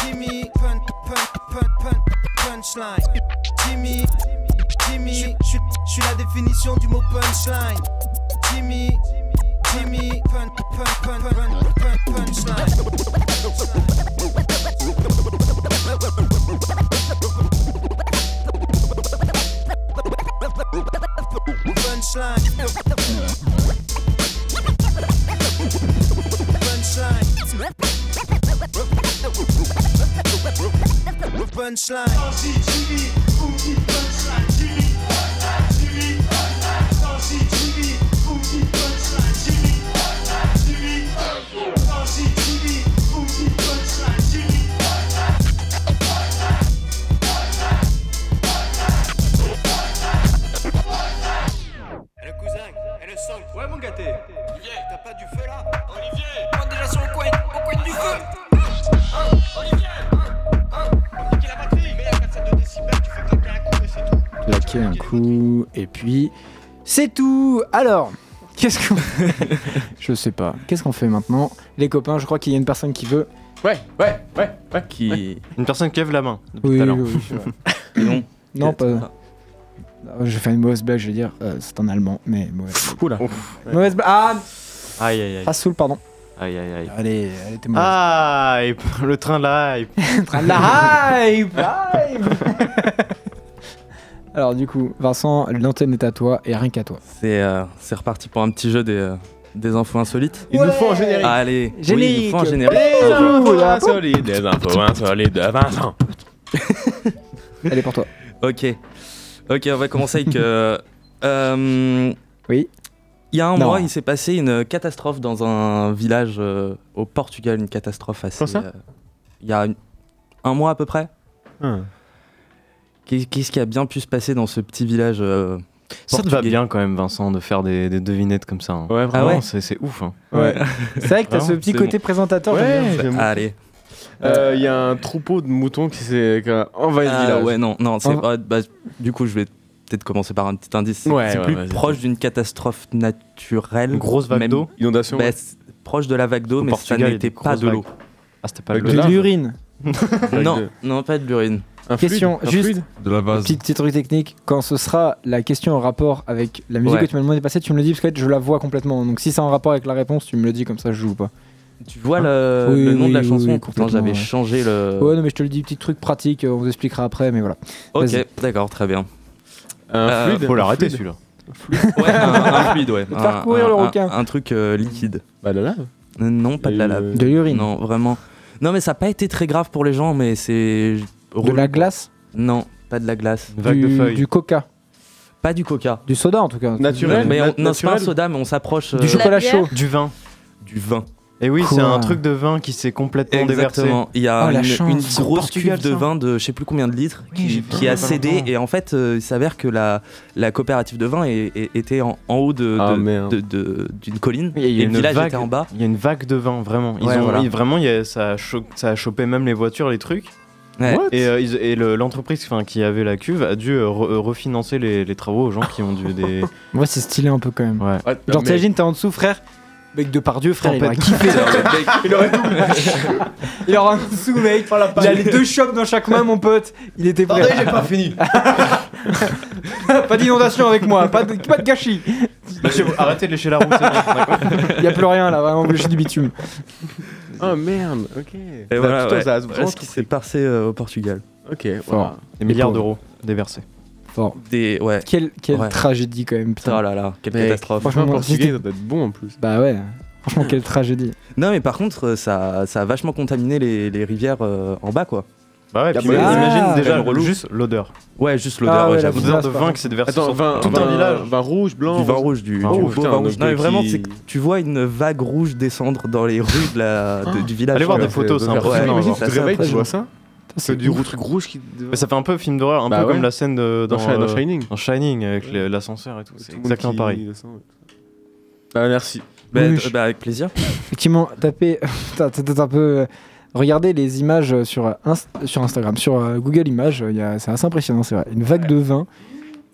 J: Jimmy, pun, pun, pun, pun, punchline. Jimmy, Jimmy, je suis- je suis la définition du mot punchline. Jimmy, Jimmy, pun, pun, pun, pun, pun, punchline. Punchline. Punchline. Punchline.
M: Eh, Le cousin, et le sang. Ouais, mon gâté. Olivier, t'as pas du feu là Olivier On déjà sur le coin, au coin du feu Hein, Olivier Hein, hein On me dit qu'il a pas de fille. Mais à 4,7 décibels, tu fais claquer un coup et c'est tout.
C: Claquer un coup, et puis c'est tout. Alors, qu'est-ce qu'on. je sais pas. Qu'est-ce qu'on fait maintenant Les copains, je crois qu'il y a une personne qui veut.
F: Ouais, ouais, ouais, ouais.
D: Qui... Une personne qui lève la main. depuis
C: Oui,
D: tout à l'heure.
C: oui, oui,
N: non.
C: Non, pas. Ah, Je vais euh, faire une mauvaise blague, je vais dire. euh, c'est un allemand, mais mauvaise.
F: Oula.
C: Mauvaise blague. Ah
D: Aïe, aïe, aïe.
C: Ah, saoul, pardon.
D: Aïe, aïe, aïe.
C: Allez, allez, t'es mauvaise.
D: Ah, hype. le train de la hype. le
C: train de la hype, Alors du coup, Vincent, l'antenne est à toi et rien qu'à toi.
E: C'est euh, c'est reparti pour un petit jeu des, euh, des infos insolites.
C: Il nous faut un
F: générique.
E: Allez, Oui, il nous faut un
F: Générique.
E: générique.
F: Les infos
E: hein,
F: insolites, les infos insolites de Vincent.
C: Elle est pour toi.
E: Ok. Ok, on va commencer avec. euh,
C: oui.
E: Il y a un
C: Non.
E: mois, il s'est passé une catastrophe dans un village euh, au Portugal, une catastrophe assez.
F: ça
E: euh, Il y a une- un mois à peu près.
D: Hmm.
E: Qu'est- Qu'est-ce qui a bien pu se passer dans ce petit village euh,
D: Ça te va bien quand même, Vincent, de faire des, des devinettes comme ça. hein.
E: Ouais,
D: Vraiment,
E: Ah ouais
D: c'est, c'est ouf. hein.
E: Ouais.
C: C'est vrai que t'as ce
D: Vraiment,
C: petit
D: c'est
C: côté
D: bon.
C: présentateur. j'aime bien.
F: j'aime
E: Allez.
F: Euh, Il y a un troupeau de moutons qui s'est qui a envahi le
E: Ah
F: village.
E: ouais, non, non, c'est
D: Hein
F: En-
E: ah, bah, du coup, je vais peut-être commencer par un petit indice. C'est
F: Ouais,
E: c'est
F: ouais,
E: plus
F: vas-y.
E: proche d'une catastrophe naturelle.
D: Une grosse vague
E: même-
D: d'eau
F: Inondation
E: bah,
F: ouais.
E: c'est Proche de la vague d'eau,
D: Au
E: mais
D: Portugal, il y
E: ça
D: a
E: n'était
D: des
E: pas
D: grosses
E: de l'eau.
D: vagues. Ah, c'était pas
F: Avec
D: de
F: de
D: l'eau.
F: lave.
C: L'urine.
E: Non, non, pas de l'urine.
F: Un
C: Question,
F: fluide, un
C: juste
F: fluide.
G: De la vase.
C: petit, petit truc technique. Quand ce sera la question en rapport avec la
E: Ouais.
C: musique que tu m'as demandé de passer, tu me le dis parce que en fait, je la vois complètement. Donc si c'est en rapport avec la réponse, tu me le dis comme ça, je joue ou pas.
E: Tu vois le,
C: Ah. Oui,
E: le nom
C: oui,
E: de la
C: oui,
E: chanson
C: oui,
E: Pourtant,
C: complètement,
E: j'avais
C: ouais.
E: changé le.
C: Ouais, non, mais je te le dis, petit truc pratique, euh, on vous expliquera après, mais voilà. Vas-y.
E: ok, d'accord, très bien.
F: Un
E: Euh,
F: fluide.
D: Faut
F: un
D: l'arrêter
F: fluide.
D: celui-là.
E: Ouais, un, un fluide, ouais.
C: te faire
E: Un-
C: courir
E: un-
C: le
E: un-
C: requin.
E: Un, truc euh, liquide.
F: Bah, la lave.
E: Euh, Non, pas de la
F: Et,
E: lave.
F: euh,
C: De l'urine,
E: Non, vraiment. Non, mais ça n'a pas été très grave pour les gens, mais c'est.
C: de la glace,
E: Non, pas de la glace.
D: Une vague
C: du,
D: de feuilles.
C: du coca,
E: Pas du coca.
C: du soda en tout cas.
F: Naturel.
E: Mais on,
F: na-
E: non, c'est pas un
F: naturel.
E: soda, mais on s'approche euh,
C: Du chocolat
H: bière.
C: chaud.
D: Du vin.
E: du vin.
D: Et oui, c'est
C: Quoi
D: un truc de vin qui s'est complètement déversé.
E: Exactement. Il y a
C: Oh, la
E: une,
C: chance.
E: une
D: C'est au
E: grosse
D: Portugal,
E: cuve de
D: ça
E: vin de je sais plus combien de litres
C: Oui, j'ai
E: qui,
C: vu
E: qui
C: il y a
E: a
C: pas
E: cédé.
C: longtemps.
E: Et en fait, euh, il s'avère que la, la coopérative de vin est- est- était en, en haut de-
F: Ah,
E: de-
F: merde.
E: de- de- d'une colline.
D: Il y a eu
E: et le
D: une
E: village
D: vague.
E: était en bas.
D: Il y a une vague de vin, vraiment. Ils
E: Ouais,
D: ont,
E: voilà.
D: ils- vraiment, il y a- ça, a cho- ça a chopé même les voitures, les trucs.
E: Ouais.
D: Et, euh, ils- et le- l'entreprise enfin, qui avait la cuve a dû euh, re- euh, refinancer les, les travaux aux gens qui ont dû des.
C: Moi, c'est stylé un peu quand même.
D: Ouais.
F: Ouais,
C: Genre,
F: mais-
C: t'imagines, t'es en dessous, frère. Mec de par Dieu, frère, il aurait
D: Tempête.
C: kiffé. il aurait en dessous, mec. Il a les deux chopes dans chaque main, mon pote. Il était prêt. j'ai pas fini. pas d'inondation avec moi, pas de, pas de gâchis.
D: Bah, Arrêtez de lécher la roue, c'est bon.
C: Il y a plus rien là, vraiment, le du bitume.
F: Oh merde, ok.
E: Et
F: Ça,
E: voilà,
F: putain,
E: ouais.
F: ça a
E: Voilà ce qui s'est passé euh, au Portugal.
F: Ok,
C: Fort.
F: voilà.
D: Des milliards
C: pauvres.
D: d'euros déversés.
C: Fort.
E: Des, ouais.
C: Quelle, quelle
E: Ouais.
C: tragédie quand même, putain.
E: Oh là là, quelle
F: Mais-
E: catastrophe.
C: Franchement,
F: Franchement,
C: moi,
F: portugais,
C: c'était-
F: ça doit être bon en plus.
C: Bah ouais, franchement, quelle tragédie.
E: Non, mais par contre, euh, ça, ça a vachement contaminé les, les rivières euh, en bas, quoi.
D: Bah ouais,
F: Ah
D: puis
F: bah,
D: imagine
C: ah.
D: déjà
E: Relou.
D: juste l'odeur.
E: Ouais, juste l'odeur,
C: Ah ouais,
E: ouais,
C: la
E: j'avoue.
D: L'odeur
C: c'est
D: de
C: pas
D: vin
C: grave.
D: qui s'est déversée
F: Attends,
D: sur
F: vin,
D: tout
F: vin-
D: un village.
F: Vin rouge, blanc.
E: du vin
F: rose.
E: rouge, du,
D: Enfin,
E: du
F: oh,
E: beau
F: putain,
E: vin
F: donc
E: rouge. Non, mais
F: le
E: vraiment,
F: qui-
E: c'est que tu vois une vague rouge descendre dans les rues de la,
C: Ah.
E: de- du village.
D: Allez voir
E: quoi.
D: des photos, c'est
F: Ouais,
D: impressionnant.
F: imagine,
D: genre.
F: tu
E: Ça,
F: te
E: c'est
F: réveilles, tu
E: impressionnant.
F: vois ça C'est du truc rouge qui.
D: Mais ça fait un peu film d'horreur, un
F: Bah
D: peu
F: ouais.
D: comme la scène de,
F: Dans, Shi- dans
D: euh,
F: Shining.
D: dans Shining avec
F: Ouais.
D: les- l'ascenseur et tout. C'est
F: Tout le monde
D: exactement
F: qui-
D: pareil.
F: le sent, ouais. Bah merci.
E: Bah,
C: Oui,
E: euh,
C: je-
E: bah, avec plaisir.
C: Effectivement, tapez. Putain, c'est peut-être un peu. Regardez les images euh, sur, euh, Inst- sur Instagram, sur euh, Google Images, euh, il y a- c'est assez impressionnant, c'est vrai. Une vague de vin,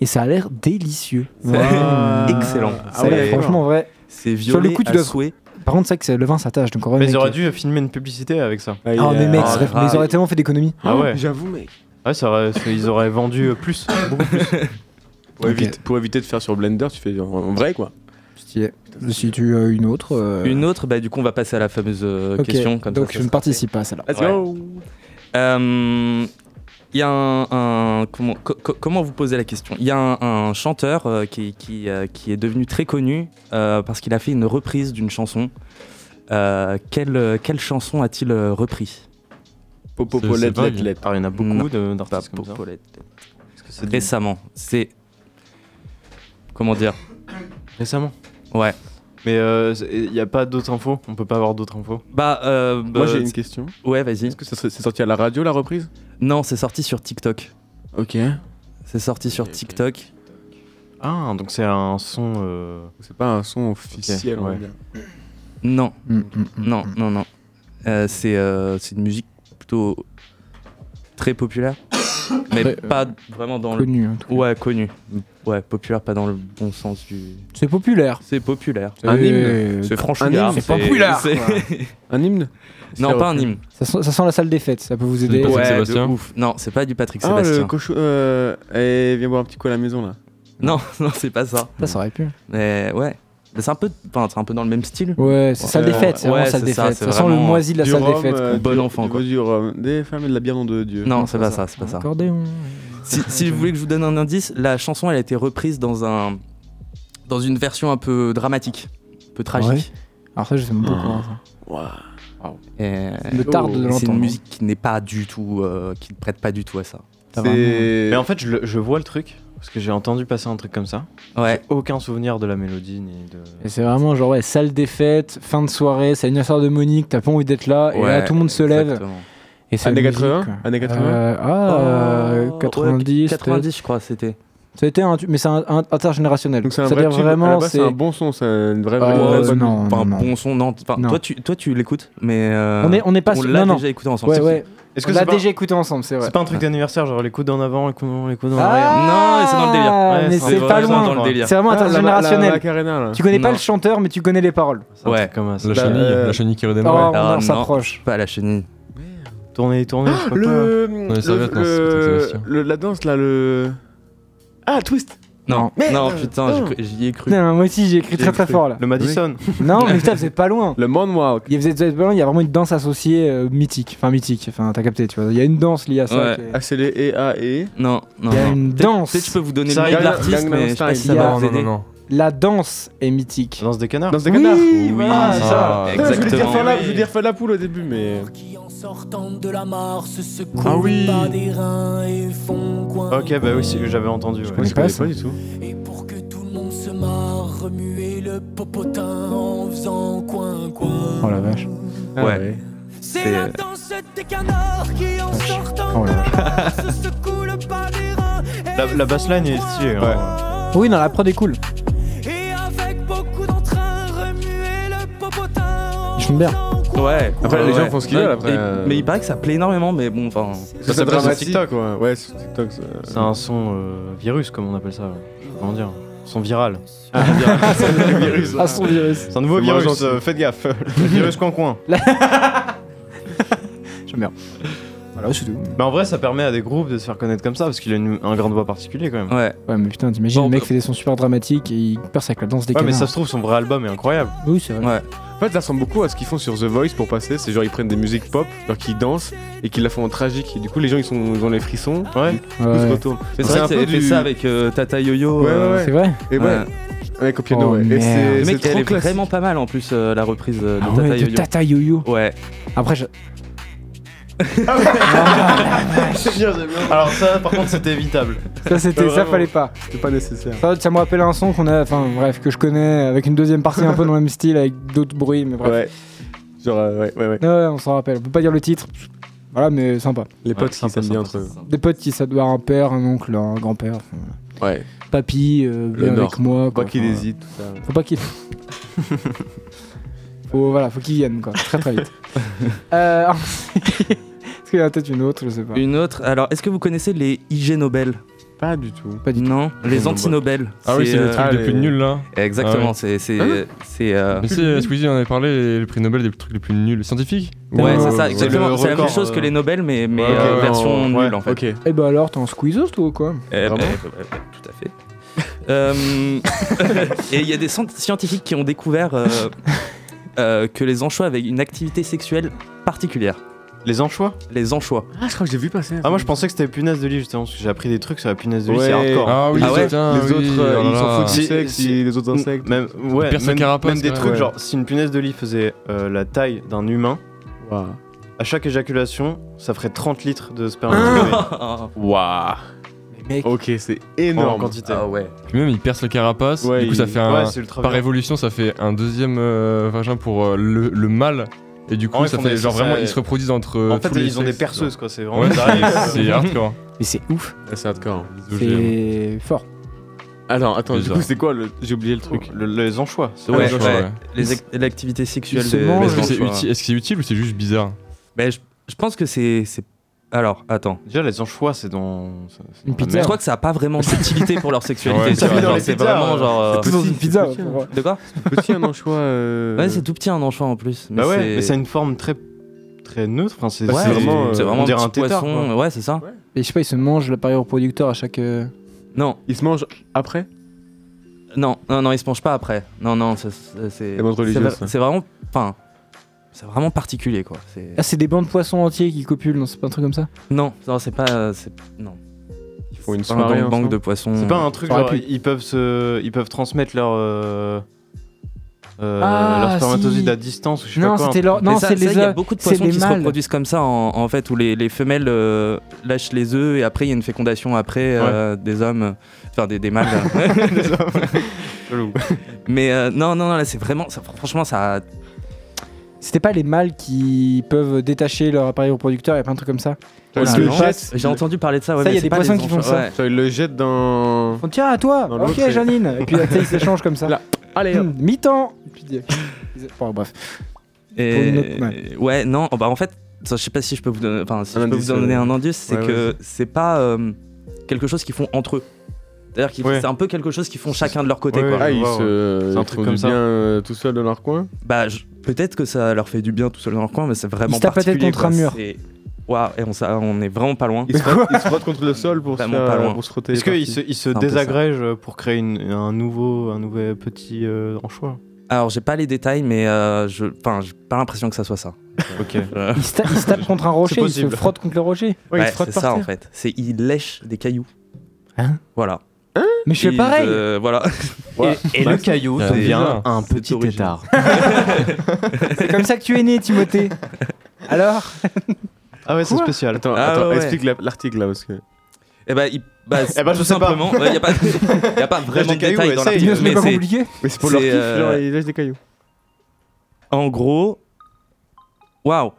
C: et ça a l'air délicieux.
E: Ah. Excellent.
C: Ça a l'air franchement vrai.
E: C'est
C: Sur
E: violet
C: le coup, tu
E: à
C: dois-
E: souhait.
C: Par contre, c'est vrai que c'est- le vin, ça tâche, donc en vrai.
D: Mais
C: mec,
D: ils
C: euh,
D: auraient dû filmer une publicité avec ça.
F: Ah, il
C: Ah,
F: est-
C: mais mec,
E: Ah,
C: ça aurait-
E: grave.
C: mais ils auraient tellement fait d'économies.
D: Ah ouais,
F: J'avoue, mec.
D: ouais ça aurait- ça- ils auraient vendu euh, plus. beaucoup plus.
F: Pour,
C: Ok.
F: éviter, pour éviter de faire sur Blender, tu fais en, en vrai quoi.
C: Stylé. Si tu as une autre. euh,
E: Une autre, bah, du coup, on va passer à la fameuse euh,
C: ok,
E: question. Comme ça,
C: Donc
E: ça
C: je ne
E: sera
C: participe pas à celle-là.
F: Let's
E: Ouais.
F: go
E: fait. Euh, Il y a un. un- comment, co- co- comment vous posez la question Il y a un, un chanteur euh, qui, qui, euh, qui est devenu très connu euh, parce qu'il a fait une reprise d'une chanson. Euh, quelle, quelle chanson a-t-il euh, repris
F: Popopolette,
G: vague.
F: let, let.
D: Ah, il y en a
E: Non.
D: beaucoup de-
E: Pas
D: d'artistes comme ça.
E: Popolette.
D: Est-ce que c'est du-
E: Bah, Récemment. C'est. Comment dire
D: Récemment.
E: Ouais.
D: Mais euh, c'est- il n'y a pas d'autres infos On peut pas avoir d'autres infos
E: Bah. euh,
F: Moi
E: bah,
F: j'ai une question.
E: Ouais, vas-y.
F: Est-ce que ça serait- c'est sorti à la radio la reprise
E: Non, c'est sorti sur TikTok.
F: Ok.
E: C'est sorti sur
F: Ok, ok.
E: TikTok.
D: Ah, donc c'est un son. euh,
F: C'est pas un son officiel.
D: Ok,
F: on va
D: ouais.
F: dire.
E: Non,
C: Mm, mm, mm.
E: non, non, non. Euh, c'est euh, c'est une musique plutôt très populaire, mais
C: Très, euh,
E: pas vraiment dans
C: Connu. en tout cas.
E: le. Ouais, connu. Ouais, populaire, pas dans le bon sens du.
C: C'est populaire.
E: C'est populaire.
F: Un
C: Et-
F: hymne.
E: Euh, C'est franchement.
F: Euh, un hymne,
C: c'est populaire,
E: c'est-
F: Un hymne
E: non, pas un hymne.
C: Ça sent, ça sent la salle des fêtes, ça peut vous
G: C'est
C: aider.
G: pas Patrick
E: ouais,
G: Sébastien
E: de ouf. Non, c'est pas du Patrick
F: Ah le
E: Sébastien.
F: cochon. Euh, eh, viens boire un petit coup à la maison là.
E: Non, non, c'est pas ça.
C: Ça, ça aurait pu.
E: Mais ouais. Mais C'est un, peu, enfin, c'est un peu dans le même style.
C: Ouais, c'est salle des fêtes, c'est vraiment salle des fêtes. Ça sent le moisi de la salle des
F: euh,
C: fêtes. quoi.
E: Bon enfant, quoi.
F: Du rhum, des femmes et de la bière dans deux dieux.
E: Non, c'est pas ça, c'est pas ça.
C: Accordéon.
E: Si, si vous voulez que je vous donne un indice, la chanson elle a été reprise dans un dans une version un peu dramatique, un peu tragique.
C: Alors ça, je sais même pas
E: Ah.
C: comment ça.
E: Et-
C: Le tarde de
E: et C'est
C: l'entendre. hein.
E: une musique qui n'est pas du tout, euh, qui ne prête pas du tout à ça.
D: Mais en fait, je, le- je vois le truc parce que j'ai entendu passer un truc comme ça.
E: Ouais.
D: J'ai aucun souvenir de la mélodie ni de.
C: Et c'est vraiment genre, ouais, salle des fêtes, fin de soirée, c'est l'anniversaire de Monique, t'as pas envie d'être là, et là
E: Ouais,
C: tout le monde se lève.
E: exactement. Oh,
C: Et c'est
F: Années
C: la musique,
F: 80,
C: quoi.
F: années 80.
C: Euh, Ah, euh, 90. peut-être.
E: 90, je crois, c'était.
C: C'était un, tu- mais c'est un, un- intergénérationnel.
F: Donc c'est un
C: Ça veut
F: vrai
C: dire
F: tube, à la
C: vraiment,
F: base, c'est Oh, un bon son, c'est une vraie, vraie,
C: Euh,
F: vraie bonne-
C: non,
E: Enfin,
C: non, non.
E: bon son, non. Enfin,
C: Non.
E: Toi, tu, toi, tu l'écoutes, mais. euh,
C: On est, on est pas.
E: On
C: sûr-
E: l'a
C: non, non.
E: déjà écouté ensemble.
C: Ouais,
E: c'est-
C: ouais.
D: Est-ce
C: on
D: que
C: l'a
D: c'est pas,
C: déjà écouté ensemble, c'est vrai.
D: c'est pas un truc d'anniversaire, genre les coups d'en avant, les coups d'en les coups d'en arrière
E: Ah, Non, et c'est dans le délire.
C: Ah,
D: Ouais,
C: mais
D: c'est
C: c'est
D: vrai,
C: pas
D: c'est
C: loin.
D: dans le
E: délire.
C: C'est vraiment
F: Ah, la- la- La,
C: intergénérationnel.
F: Macarena, là.
C: Tu connais pas
E: Non.
C: le chanteur, mais tu connais les paroles.
D: C'est un
E: Ouais.
D: truc comme ça.
G: La
F: Bah,
G: chenille,
F: euh,
G: la chenille qui redémarre.
C: Oh,
E: Ah,
C: on
E: non.
C: s'approche.
E: Pas la chenille.
D: Tourner, tourner, je sais pas quoi.
F: Le,
G: les serviettes, non, c'est peut-être
F: le,
G: Sébastien.
F: le- la danse là, le. Ah, twist.
E: Non,
F: Merde.
E: non, putain,
F: Non.
E: j'ai cru- j'y ai cru.
C: Putain, Moi aussi, j'ai écrit
E: J'ai
C: très très
E: cru.
C: fort là.
D: Le Madison.
C: Non, mais putain, c'est pas loin.
F: Le moonwalk.
C: Il y a- vous êtes- vous êtes pas loin, il y a vraiment une danse associée euh, mythique. Enfin, mythique, enfin, t'as capté, tu vois. Il y a une danse liée à ça.
E: Ouais.
C: qui est-
F: Ah, c'est les E A E.
E: Non, non.
C: Il y a
E: non.
C: une
E: Peut-être-
C: danse.
E: Peut-être je peux vous donner
D: Ça
E: le nom de
D: arrive,
E: l'artiste,
F: Gangnam
E: mais je sais pas
F: Style.
E: si ça va
G: Non,
E: vous
G: non, non,
E: aider.
G: non.
C: La danse est mythique.
D: Danse des canards.
F: Danse des
C: Oui,
F: canards.
C: voilà,
E: c'est
C: c'est
G: ça.
E: ça.
G: Ah,
F: Putain, Je voulais dire
E: Exactement.
F: faire la- je voulais dire faire la poule au début, mais.
I: Qui en sortant de la mare se secouent
F: Ah oui.
I: pas des reins et font coin.
D: Ok, bah oui, si, j'avais entendu. ouais.
C: connais
F: Je
C: pas
F: connais
C: ça.
F: pas du tout.
I: Et pour que tout le monde se marre, remuer le popotin en faisant coin coin.
C: Oh la vache.
F: Ah
E: Ouais.
I: C'est
E: C'est-
I: la danse des canards qui en sortant
C: euh, Oh
I: de
C: la vache.
I: la mare se secouent le pas des reins. et
D: La, la bassline est
I: font
D: stylée.
I: coin,
D: hein.
C: Oui, non, la prod est cool.
I: Et avec beaucoup d'entrain, remuer le popotin en
C: Ils font bien.
I: faisant coin,
E: Ouais.
F: Après, les
E: ouais.
F: gens font ce qu'ils veulent,
E: Ouais,
F: après,
E: et-
F: euh.
E: Mais il paraît que ça plaît énormément, mais bon, enfin.
F: Ça,
D: c'est
F: c'est
D: dramatique.
F: dramatique. TikTok, ouais. Ouais, sur TikTok. ça-
D: C'est un son euh, virus, comme on appelle ça. ouais. Comment dire Son viral.
F: virus.
C: Ah, son virus.
D: C'est un nouveau
F: C'est moins
D: virus.
F: gentil.
D: euh, faites gaffe. Le virus coin coin.
C: J'aime bien. Voilà, c'est tout.
D: Mais en vrai, ça permet à des groupes de se faire connaître comme ça parce qu'il a une- un grain de voix particulier quand même. Ouais,
E: Ouais.
C: Ouais, mais putain, t'imagines,
E: Bon,
C: le mec
E: bah-
C: fait des sons super dramatiques et il perce avec la danse des
D: mais
C: canards.
D: ça se trouve, son vrai album est incroyable.
C: Oui, c'est vrai.
E: Ouais.
F: En fait, ça ressemble beaucoup à ce qu'ils font sur The Voice pour passer. C'est genre, ils prennent des musiques pop, genre qu'ils dansent et qu'ils la font en tragique. Et du coup, les gens, ils, sont, ils ont les frissons.
D: Ouais.
F: Ils se
C: Ouais.
F: retournent.
E: Mais
F: C'est
E: c'est
F: un
E: vrai
F: peu
E: que
F: du-
E: fait ça avec euh, Tata Yo-Yo.
F: Ouais,
E: euh,
F: ouais,
C: C'est vrai
F: Et ouais,
E: ouais.
F: avec au piano,
C: Oh,
F: ouais. Et
C: merde.
F: c'est
E: Le
F: c'est
E: mec, elle
F: trop
E: est
F: classique.
E: vraiment pas mal en plus, euh, la reprise euh, de
C: Ah
E: Tata
C: ouais, de
E: Yo-Yo.
C: Tata Yo-Yo.
E: Ouais.
C: Après, je-
D: Alors, ça, par contre, c'était évitable.
C: ça, c'était, ça
F: Vraiment.
C: fallait pas.
F: C'est pas nécessaire.
C: Ça, ça me rappelle un son qu'on a, enfin bref, que je connais, avec une deuxième partie un peu dans le même style, avec d'autres bruits, mais bref.
F: Ouais. Genre, euh, ouais, ouais, ouais.
C: Ouais, ouais, on s'en rappelle. On peut pas dire le titre. Voilà, mais sympa.
F: Les potes qui
D: sympa,
F: s'aiment
D: sympa,
F: bien entre eux.
C: Des potes qui, ça doit un père, un oncle, un grand-père. enfin, voilà.
F: Ouais.
C: Papy, euh, viens
F: Nord.
C: avec moi.
F: Pas
C: quoi.
F: qu'ils
C: Enfin,
F: hésitent, tout ça.
C: Faut pas qu'il. faut, voilà, faut qu'il vienne, quoi. Très très vite. Euh, Est-ce qu'il y en a peut-être une autre Je sais pas.
E: Une autre. Alors, est-ce que vous connaissez les IG Nobel
F: Pas du tout.
C: Pas du
E: Non, les anti-Nobel.
G: Ah oui, c'est le
E: euh,
G: truc le
F: ah,
G: plus
F: les-
G: nul là. Ah
E: Exactement,
G: ouais.
E: c'est. c'est-
F: Hein
E: c'est, euh,
G: Mais tu sais, Squeezie en avait parlé, le prix Nobel des trucs les plus nuls scientifiques.
E: Ouais,
C: Ouais,
E: c'est ça,
D: ouais,
E: exactement.
D: ouais.
E: C'est la même
D: Record,
E: chose que
D: euh,
E: les Nobel, mais, mais
F: Ouais,
E: euh,
F: ok,
E: version
F: non, ouais,
E: nulle en fait.
F: Ok.
C: Et bah alors, t'es en squeezos toi ou quoi
E: Euh,
F: Vraiment
E: bah, bah, bah, tout à fait. Euh, et il y a des cent- scientifiques qui ont découvert euh, euh, que les anchois avaient une activité sexuelle particulière.
D: Les anchois
E: Les anchois.
F: Ah, je crois que j'ai vu passer.
D: Ah, moi, je pensais que c'était punaise de lit justement parce que j'ai appris des trucs sur la punaise de lit,
F: Ouais.
D: c'est hardcore.
G: Ah oui,
E: Ah ouais
G: putain,
F: les
G: oui,
F: autres,
G: oh
F: euh,
G: là
F: ils s'en
G: là.
F: foutent du
D: C'est-
F: sexe,
D: c'est-
F: ils- les autres insectes.
D: Même, ouais,
G: Pierre
D: même,
G: Sakarapace,
D: même des
G: ouais.
D: trucs
G: Ouais.
D: genre si une punaise de lit faisait euh, la taille d'un humain,
F: Waouh.
D: à chaque éjaculation, ça ferait 30 litres de sperme.
E: Ah
F: Waouh.
C: mec.
E: Oh.
F: Ok, c'est énorme. Ah
D: En quantité.
E: ouais.
G: Puis même, il perce la carapace,
F: Ouais,
G: du coup,
F: il-
G: ça fait
D: ouais,
G: un.
D: c'est ultra
G: Par
D: bien.
G: évolution, ça fait un deuxième euh, vagin pour euh, le, le mâle. Et du coup,
D: Ouais,
G: ça
D: ils font
G: fait
D: des-
G: genre
D: ça-
G: vraiment, ils se reproduisent entre.
D: En fait,
G: tous les
D: ils ont des
G: sexes,
D: perceuses, quoi. C'est
G: genre.
D: vraiment.
G: Ouais,
D: Ils
G: c'est hardcore.
C: Mais c'est ouf.
F: Ah, C'est hardcore.
G: J'ai-
C: C'est fort.
F: Attends, attends, du
G: Bizarre.
F: coup, c'est quoi le. J'ai oublié le truc.
D: arrivent- le- les anchois. c'est-
E: Ouais,
G: Ouais, je
E: ouais.
G: vois, ouais.
E: Les ac- L'activité sexuelle
C: Ils se
E: des,
C: mangent.
G: Mais
E: des
G: Est-ce que c'est
E: anchois.
G: utile, est-ce que c'est utile ou c'est juste bizarre
E: Mais je, je pense que c'est. c'est- Alors, attends.
D: Déjà, les anchois, c'est dans. c'est- c'est dans
C: Une
D: la
C: pizza.
E: Je
D: merde.
E: crois que ça a pas vraiment d'utilité pour leur sexualité.
G: Ouais,
E: tu vois,
G: ça fait dans
E: genre,
D: les
E: c'est
D: pizzas,
E: vraiment
D: ouais.
E: genre. euh,
F: C'est
C: Dans une
F: petit,
C: pizza.
F: c'est petit, hein.
C: pour-
E: De quoi
F: Petit, un anchois. euh,
E: Ouais, c'est tout petit un anchois en plus. Mais
D: Bah ouais,
E: c'est-
D: mais c'est une forme très très neutre. Enfin, c'est
F: Bah,
E: Ouais,
F: c'est vraiment, euh,
E: c'est vraiment
D: on dirait un
E: petit
D: tétard,
E: poisson.
D: quoi.
E: Ouais, c'est ça.
C: Et je sais pas, ils se mangent l'appareil reproducteur à chaque. euh,
E: Non,
F: Il se mange après
E: Non, non, non, ils se penchent pas après. Non, non, c'est. C'est c'est
F: bandes religieuses,
E: vra-
F: ça.
E: c'est vraiment. Enfin. C'est vraiment particulier, quoi. C'est-
C: Ah, c'est des bancs de poissons entiers qui copulent, non C'est pas un truc comme ça
E: Non, non, c'est pas. euh, c'est- Non. Ils font
D: une
E: banque, banque de poissons.
D: euh, C'est pas un truc
E: Ça aurait
D: genre,
E: pu.
D: ils peuvent se, ils peuvent transmettre leur. euh, euh,
C: Ah,
D: leur spermatozoïde
C: si.
D: à distance ou je sais
C: Non,
D: pas quoi, un
C: c'était
D: truc.
C: leur-
E: Mais ça- ça, Il y a beaucoup de
C: c'est
E: poissons
C: les
E: qui se
C: mâles.
E: reproduisent comme ça, en, en fait, où les, les femelles euh, lâchent les œufs et après il y a une fécondation après euh, des hommes, euh, enfin des, des mâles. euh. Mais euh, non, non, non, là c'est vraiment, ça- franchement, ça.
C: C'était pas les mâles qui peuvent détacher leur appareil reproducteur, il y a plein de trucs comme ça.
E: Ah,
C: Ils le
E: non.
C: jettent.
E: J'ai entendu parler de ça. Ouais,
C: ça,
E: mais
C: il y a
E: c'est
C: des
E: pas
C: poissons
E: des
C: qui font
E: enfants,
C: ça.
E: ouais.
F: Ils le jettent dans.
C: Font, Tiens, à ah, toi
F: Dans
C: Ok,
F: l'autre,
C: Janine Et puis, tu sais, ils s'échangent comme ça.
F: Là. Allez, hop.
C: Hum, Mi-temps Puis, euh, ils- Bon, bref. Pour
E: Et
C: une autre- ouais.
E: ouais, non, oh, bah en fait, ça, je sais pas si je peux vous donner, enfin, si
F: Un
E: je peux
F: indice,
E: vous en donner
F: euh,
E: un indice, c'est
F: ouais,
E: que c'est pas euh, quelque chose qu'ils font entre eux. C'est-à-dire que
F: Ouais.
E: c'est un peu quelque chose qu'ils font chacun de leur côté.
F: Ouais,
E: quoi.
F: ah, ils se.
D: C'est un
F: ils
D: truc
F: font
D: comme
F: du
D: ça.
F: bien euh, tout seuls dans leur coin
E: Bah, je- peut-être que ça leur fait du bien tout seul dans leur coin, mais c'est
C: Ils
E: vraiment
C: se tapent la tête
E: particulier,
C: contre
E: quoi.
C: un mur.
E: C'est- Waouh, et on, s'a- on est vraiment pas loin.
F: Ils se frottent- ils se frottent contre le sol pour se
E: Vraiment
F: faire-
E: pas loin.
F: pour se frotter.
D: Est-ce
F: les
D: qu'ils
F: parties.
D: se, ils se
E: C'est un peu ça.
D: désagrègent pour créer une- un nouveau, un nouvel petit euh, anchois
E: Alors, j'ai pas les détails, mais euh, je, enfin, j'ai pas l'impression que ça soit ça.
D: Ok.
E: Euh,
C: Ils se, ta- ils se tapent contre un rocher, ils se
D: possible.
C: frottent contre le rocher.
E: ouais,
F: se frottent
E: c'est
F: par
E: ça hein. en
F: terre.
E: fait. C'est ils lèchent des cailloux.
C: Hein
E: Voilà.
C: Mais je fais
E: Ils,
C: pareil
E: euh, voilà.
D: Et, le caillou
G: c'est bizarre.
D: un petit
E: original.
D: tétard.
C: C'est comme ça que tu es né, Timothée. Alors
D: Ah ouais, c'est spécial.
F: Attends,
E: Ah,
F: attends
E: ouais, ouais.
F: explique la- l'article là parce que.
E: Et bah, il, bah,
D: Eh ben, je
E: tout
D: sais pas.
E: simplement, il n'y a pas, y a pas vraiment de
F: cailloux,
E: détails dans
F: essaye,
E: l'article,
C: Je
E: mais
C: l'ai pas
E: c'est-
C: compliqué
F: Mais c'est pour leur
E: C'est,
F: kiff,
E: euh,
F: genre, ils lâchent des cailloux.
E: En gros, waouh,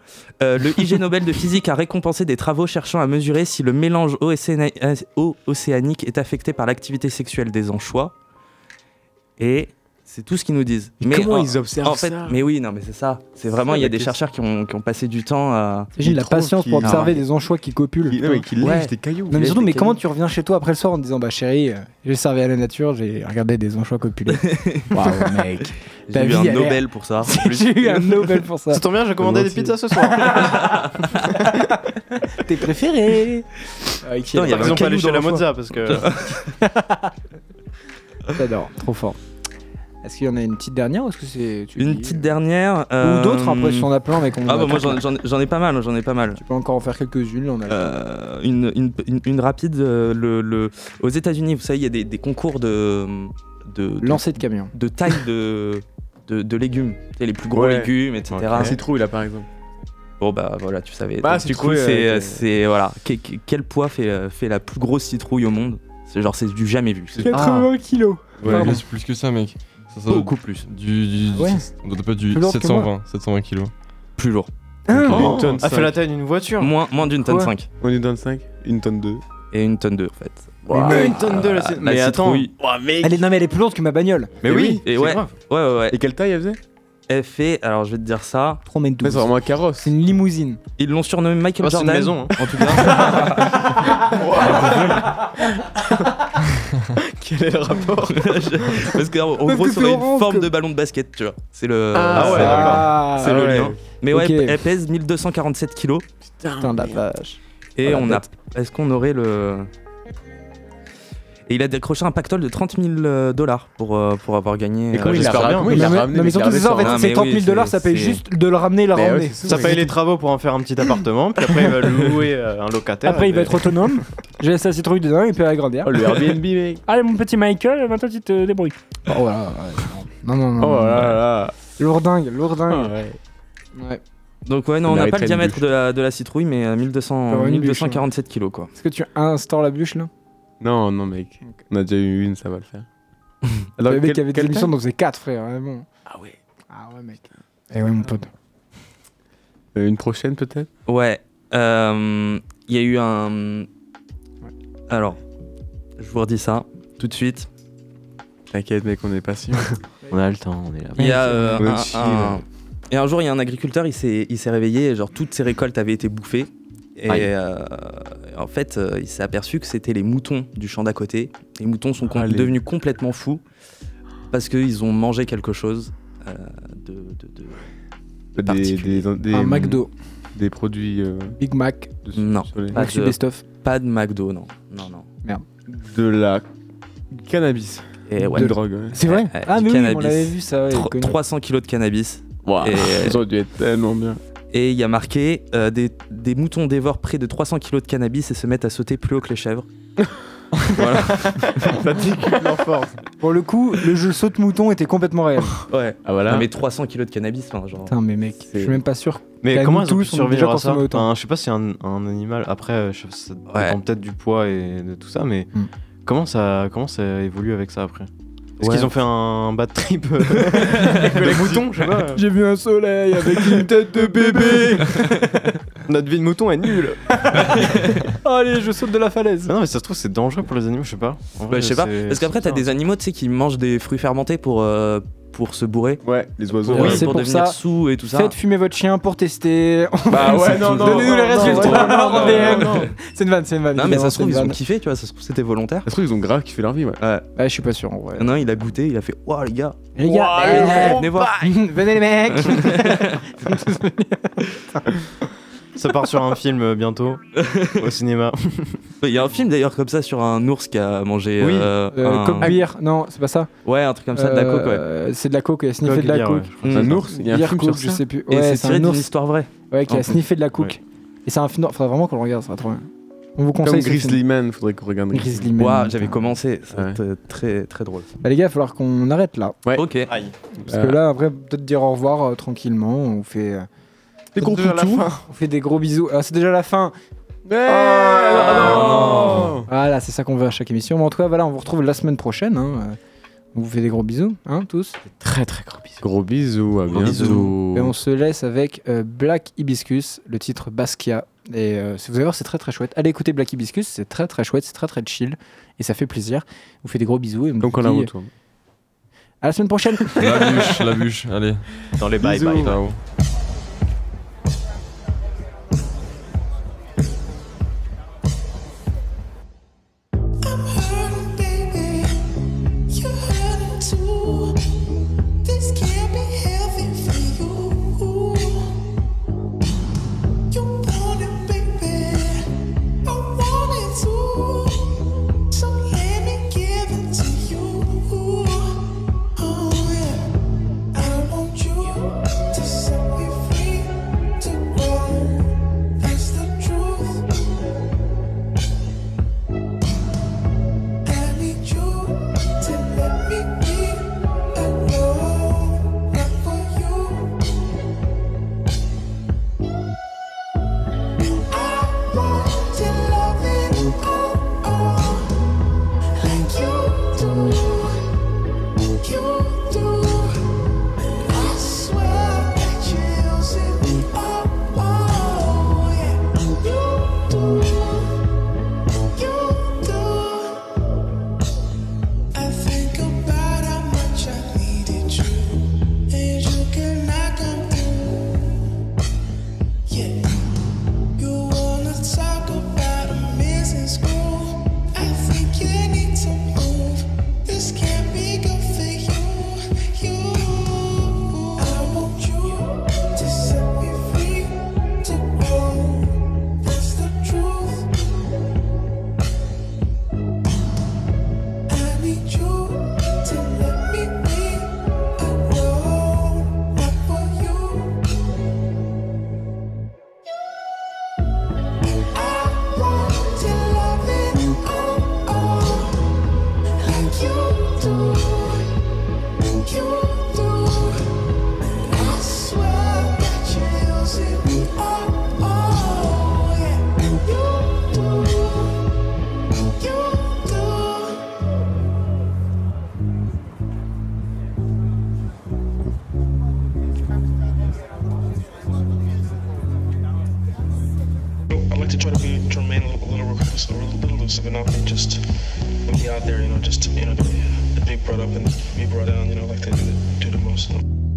E: Euh, le IG Nobel de physique a récompensé des travaux cherchant à mesurer si le mélange eau, et séna- euh, eau océanique est affecté par l'activité sexuelle des anchois. Et c'est tout ce qu'ils nous disent. en,
F: observent
E: en fait, mais oui, non, mais c'est ça. C'est vraiment,
F: ça,
E: il y a
F: la
E: des
F: question.
E: chercheurs qui ont, qui ont passé du temps à.
C: J'ai la patience pour
F: qui-
C: observer des anchois qui copulent.
F: Qui- non, mais qui lèchent
E: Ouais.
F: des cailloux.
C: Non mais
F: Lèchent
C: surtout,
F: des
C: mais
F: cailloux.
C: comment tu reviens chez toi après le soir en te disant bah chérie, euh, j'ai servi à la nature, j'ai regardé des anchois copuler. Waouh mec, Ta
E: J'ai eu
C: vie a
E: un
C: l'air-
E: Nobel pour ça. en plus.
C: j'ai eu un Nobel pour ça.
D: Ça tombe bien, j'ai commandé des pizzas ce soir.
C: Tes préférés. Ah, qui
E: Putain, il y
D: Ils
E: avait un
D: ont pas
E: caillou
D: léché
E: dans
D: la
E: le foie.
D: mozza parce que.
C: J'adore, trop fort. Est-ce qu'il y en a une petite dernière ou est-ce que c'est tu
E: Une
C: dis-
E: petite dernière. euh,
C: ou d'autres après si on a plein mais qu'on
E: Ah bah moi
C: attaque,
E: j'en-
C: là.
E: j'en j'en ai pas mal, j'en ai pas mal.
C: tu peux encore en faire quelques-unes, là, on a le temps.
E: Euh, une, une- une- une rapide. euh, le, le- Aux États-Unis, vous savez, il y a des, des concours de, de, de-
C: lancer de camion.
E: de taille de, de, de légumes. Tu sais, les plus gros
F: Ouais.
E: légumes, etc.
C: Ah.
F: Un citrouille là par exemple.
E: Bon, bah voilà, tu savais.
F: Bah,
E: Donc,
F: c'est
E: du coup,
F: trouvé,
E: c'est.
F: euh,
E: euh, c'est- voilà. Que- que- quel poids fait, euh, fait la plus grosse citrouille au monde C'est genre, c'est du jamais vu.
C: Ah.
E: C'est
C: kilos.
G: Ouais,
C: Pardon.
G: mais c'est plus que ça, mec. Ça, ça doit-
E: beaucoup plus.
G: Du, du,
C: Ouais.
G: on doit pas du
C: Plus lourd que
G: 720, 720 kilos.
E: Plus lourd.
F: Une tonne
D: a fait Ah, la
F: cinq.
D: taille d'une voiture.
E: Moins, moins d'une tonne
C: Quoi
E: 5.
F: On est dans le 5, une tonne 2.
E: Et une tonne 2, en fait.
D: Mais une tonne de la citrouille.
E: La
D: Mais attends.
E: citrouille.
C: Elle est, non mais elle est plus lourde que ma bagnole.
D: Mais oui,
E: Et
D: c'est
E: ouais.
D: grave.
E: Ouais, ouais, ouais.
F: Et quelle taille elle faisait
E: Elle fait, alors je vais te dire ça.
C: 3 mètres
F: Mais C'est
C: 12.
F: vraiment un carrosse.
C: C'est une limousine.
E: Ils l'ont surnommé Michael
D: Ah, c'est une
E: Jordan.
D: maison,
E: hein, En tout cas.
F: Quel est le rapport
E: Je- Parce qu'en en
C: Même
E: gros,
C: que
E: c'est une
C: orange,
E: forme
C: comme-
E: de ballon de basket, tu vois. C'est le.
F: Ah ouais,
E: c'est-
F: d'accord.
C: Ah,
E: c'est le
F: ouais.
E: lien. Mais ouais,
C: Ok.
E: elle pèse 1247 kilos.
C: Putain la vache.
E: Et
C: Oh, la
E: on a. Est-ce qu'on aurait le. Et il a décroché un pactole de 30 000 dollars pour, euh, pour avoir gagné.
F: Et comment il l'a
D: j'espère bien.
F: ramené
C: non, mais,
F: ramené,
C: non, mais
F: il l'a
C: surtout c'est ça en
F: ramené
C: fait,
E: sans-
C: c'est
E: Ah,
C: 30
E: mais
C: 000
E: oui,
C: dollars,
E: c'est-
C: ça paye
E: c'est-
C: juste de le ramener et le
F: Mais ouais,
C: ramener.
F: c'est
D: Ça paye les travaux pour en faire un petit appartement, puis après il va louer euh, un locataire.
C: Après il va
D: et-
C: être autonome, j'ai laissé la citrouille dedans et puis agrandir.
F: Oh, le Airbnb, mec.
C: Allez mon petit Michael, maintenant tu te débrouilles. Oh voilà, non non non.
F: Oh là là.
C: Lourdingue, lourdingue.
F: Ah ouais.
C: Ouais.
E: Donc, ouais, non, on
F: Il
E: n'a
F: mériterait
E: pas le
F: une
E: diamètre
F: bûche.
E: de la, de la citrouille, mais euh, 1200,
F: hein.
C: Pas une bûche,
E: 1247 kilos, quoi.
C: Est-ce que tu instaures la bûche là
F: Non, non, mec. On a déjà eu une, ça va le faire.
C: Le
F: Alors,
C: mec
F: quel-
C: qui avait des
F: quelle
C: émissions
F: taille
C: dont faisait 4 frère, vraiment.
F: Ah ouais.
C: Ah ouais mec. Eh ouais mon pote.
F: Euh, Une prochaine peut-être
E: Ouais. euh, Il y a eu un. Alors, je vous redis ça tout de suite.
F: T'inquiète, mec, on est patient.
D: On a le temps, on est là.
E: Il y a euh,
F: Ouais,
E: un,
F: chill.
E: un- et un jour, il y a un agriculteur, il s'est, il s'est réveillé, et genre toutes ses récoltes avaient été bouffées. Et
D: Aïe.
E: euh, en fait, euh, il s'est aperçu que c'était les moutons du champ d'à côté. Les moutons sont com-
F: Allez.
E: devenus complètement fous parce qu'ils ont mangé quelque chose euh, de, de- de-
F: Des,
E: Particulier.
F: des, des,
C: Un McDo,
F: Des produits euh,
C: Big Mac,
F: de
E: Non.
F: sur les-
E: Ah,
C: Maxi
E: je-
C: Best of.
E: pas de McDo, non. Non, non.
F: De la cannabis.
E: Et ouais.
F: De drogue, ouais.
C: C'est vrai
E: Ouais,
C: Ah,
E: du
C: mais oui, on
E: cannabis.
C: l'avait vu, ça, ouais,
E: Tro-
C: connu.
E: 300 kilos de cannabis.
F: Waouh,
E: Et-
F: ça aurait dû être tellement bien.
E: Et il y a marqué euh, des, des moutons dévorent près de 300 kilos de cannabis et se mettent à sauter plus haut que les chèvres. voilà.
F: Ça décuple en force.
C: Pour le coup, le jeu saute mouton était complètement réel.
E: Ouais.
F: Ah voilà.
E: Non, mais 300 kilos de cannabis, enfin, genre.
C: Putain, mais mec, je suis même pas sûr. qu'à
D: Mais comment
C: Bah, nous
D: ils ont pu
C: tous, on a déjà
D: survivre à ça
C: consommé autant.
D: Enfin, Je sais pas si un, un animal, après, euh, je- ça dépend peut-être du poids et de tout ça, mais
C: Hmm.
D: comment, ça, comment ça évolue avec ça après Est-ce
E: Ouais.
D: qu'ils ont fait un bad trip euh, avec les moutons, je sais pas
C: J'ai vu un soleil avec une tête de bébé
D: Notre vie de mouton est nulle
C: Allez, je saute de la falaise
D: Ah Non mais ça se trouve c'est dangereux pour les animaux, je sais pas. En vrai,
E: Ouais, Bah, je sais pas.
D: c'est-
E: Parce qu'après, t'as
D: c'est
E: des animaux, tu sais, qui mangent des fruits fermentés pour, euh, pour se bourrer.
F: Ouais, les oiseaux.
E: Pour,
C: Oui,
E: euh,
C: c'est
E: pour
C: pour
E: devenir
C: ça.
E: sous et tout ça.
C: Faites fumer votre chien pour tester.
F: Bah ouais, non, non.
C: Donnez-nous les
F: non, non,
C: résultats
F: non, non,
C: en
F: non,
C: DM.
F: non, non.
C: C'est une vanne, c'est une vanne.
E: Non, mais ça se trouve,
C: évidemment,
E: ils
C: c'est
E: ont
C: une vanne.
E: kiffé, tu vois. Ça se trouve, c'était volontaire.
F: Ça se trouve, ils ont grave kiffé leur vie, ouais.
C: Ouais, je suis pas sûr en vrai.
E: Non, il a goûté, il a fait Waouh, les gars.
F: Oh,
C: Les gars,
E: Ouah,
C: eh,
E: venez,
C: eh,
E: venez voir.
C: venez les mecs
D: Ça part sur un film euh, bientôt au cinéma.
F: bah.
E: Il y a un film d'ailleurs comme ça sur un ours qui a mangé.
D: Oui,
E: euh,
C: euh,
E: un-
C: Coke beer, non, c'est pas ça.
E: Ouais, un truc comme ça, de la coke, ouais.
C: Euh, C'est de la coke, il a sniffé
D: Coke
C: de la
D: beer, ouais,
C: coke.
D: je crois.
E: Mm.
F: Un ours, il y a un
C: Beer
F: film
C: coke,
F: sur
C: je
F: ça.
C: sais plus.
E: Et
C: Ouais,
E: c'est
C: c'est
E: tiré
C: un
E: d'une
C: ours
E: histoire vraie.
C: ouais, qui
E: Ouais.
C: a sniffé de la coke. Et c'est un film. non, Faudra vraiment qu'on le regarde, ça va trop bien. On vous
F: Comme
C: conseille. ce film.
F: Grizzly Man, faudrait qu'on regarde
C: Grizzly Man.
E: Waouh, j'avais commencé.
F: Ouais.
E: C'était très, très drôle.
C: Bah, les gars, il va falloir qu'on arrête là.
F: Ouais.
E: Ok.
C: Parce
F: Euh,
E: Euh.
C: que là, après, peut-être dire au revoir euh, tranquillement. On fait. euh,
F: Des gros
C: Déjà la
F: poutous.
C: fin. On fait des gros bisous. Ah, c'est déjà la fin. Oh
F: Ah,
C: Voilà, c'est ça qu'on veut à chaque émission. Mais en tout cas, voilà, on vous retrouve la semaine prochaine. hein. Euh, On vous fait des gros bisous, hein, tous.
D: Très très gros bisous.
F: Gros bisous, à
E: Gros bisous.
F: bientôt.
C: Et on se laisse avec euh, Black Hibiscus, le titre Basquiat. Et euh, si vous allez voir, c'est très très chouette. Allez écouter Black Hibiscus, c'est très très chouette, c'est très très chill. Et ça fait plaisir. On vous fait des gros bisous. Et on
F: Donc
C: vous
F: on la
C: dit
F: retourne.
C: À la semaine prochaine.
G: La bûche, la bûche, allez.
D: Dans les bye bye.
G: Ciao.
J: That's the truth. I need you to let me be alone, not for you. I want to love it all, like you do, you do. I swear that you're using all, yeah, you do, you do. I think about how much I needed you, and you could not come through. Yeah, you wanna talk about a missing school? I think you need to move. This can't be good for you, you. I want you to set me free to go. That's the truth. I need you to let me be alone, not for you. I want to love it all, like you do, you do. I swear that you're using me all, yeah, you do, you do.
O: I like to try to be germane, a little, a little, a little loose of it, not be just be out there, you know, just you know, to be, to be brought up and be brought down, you know, like they do, do the most. You know.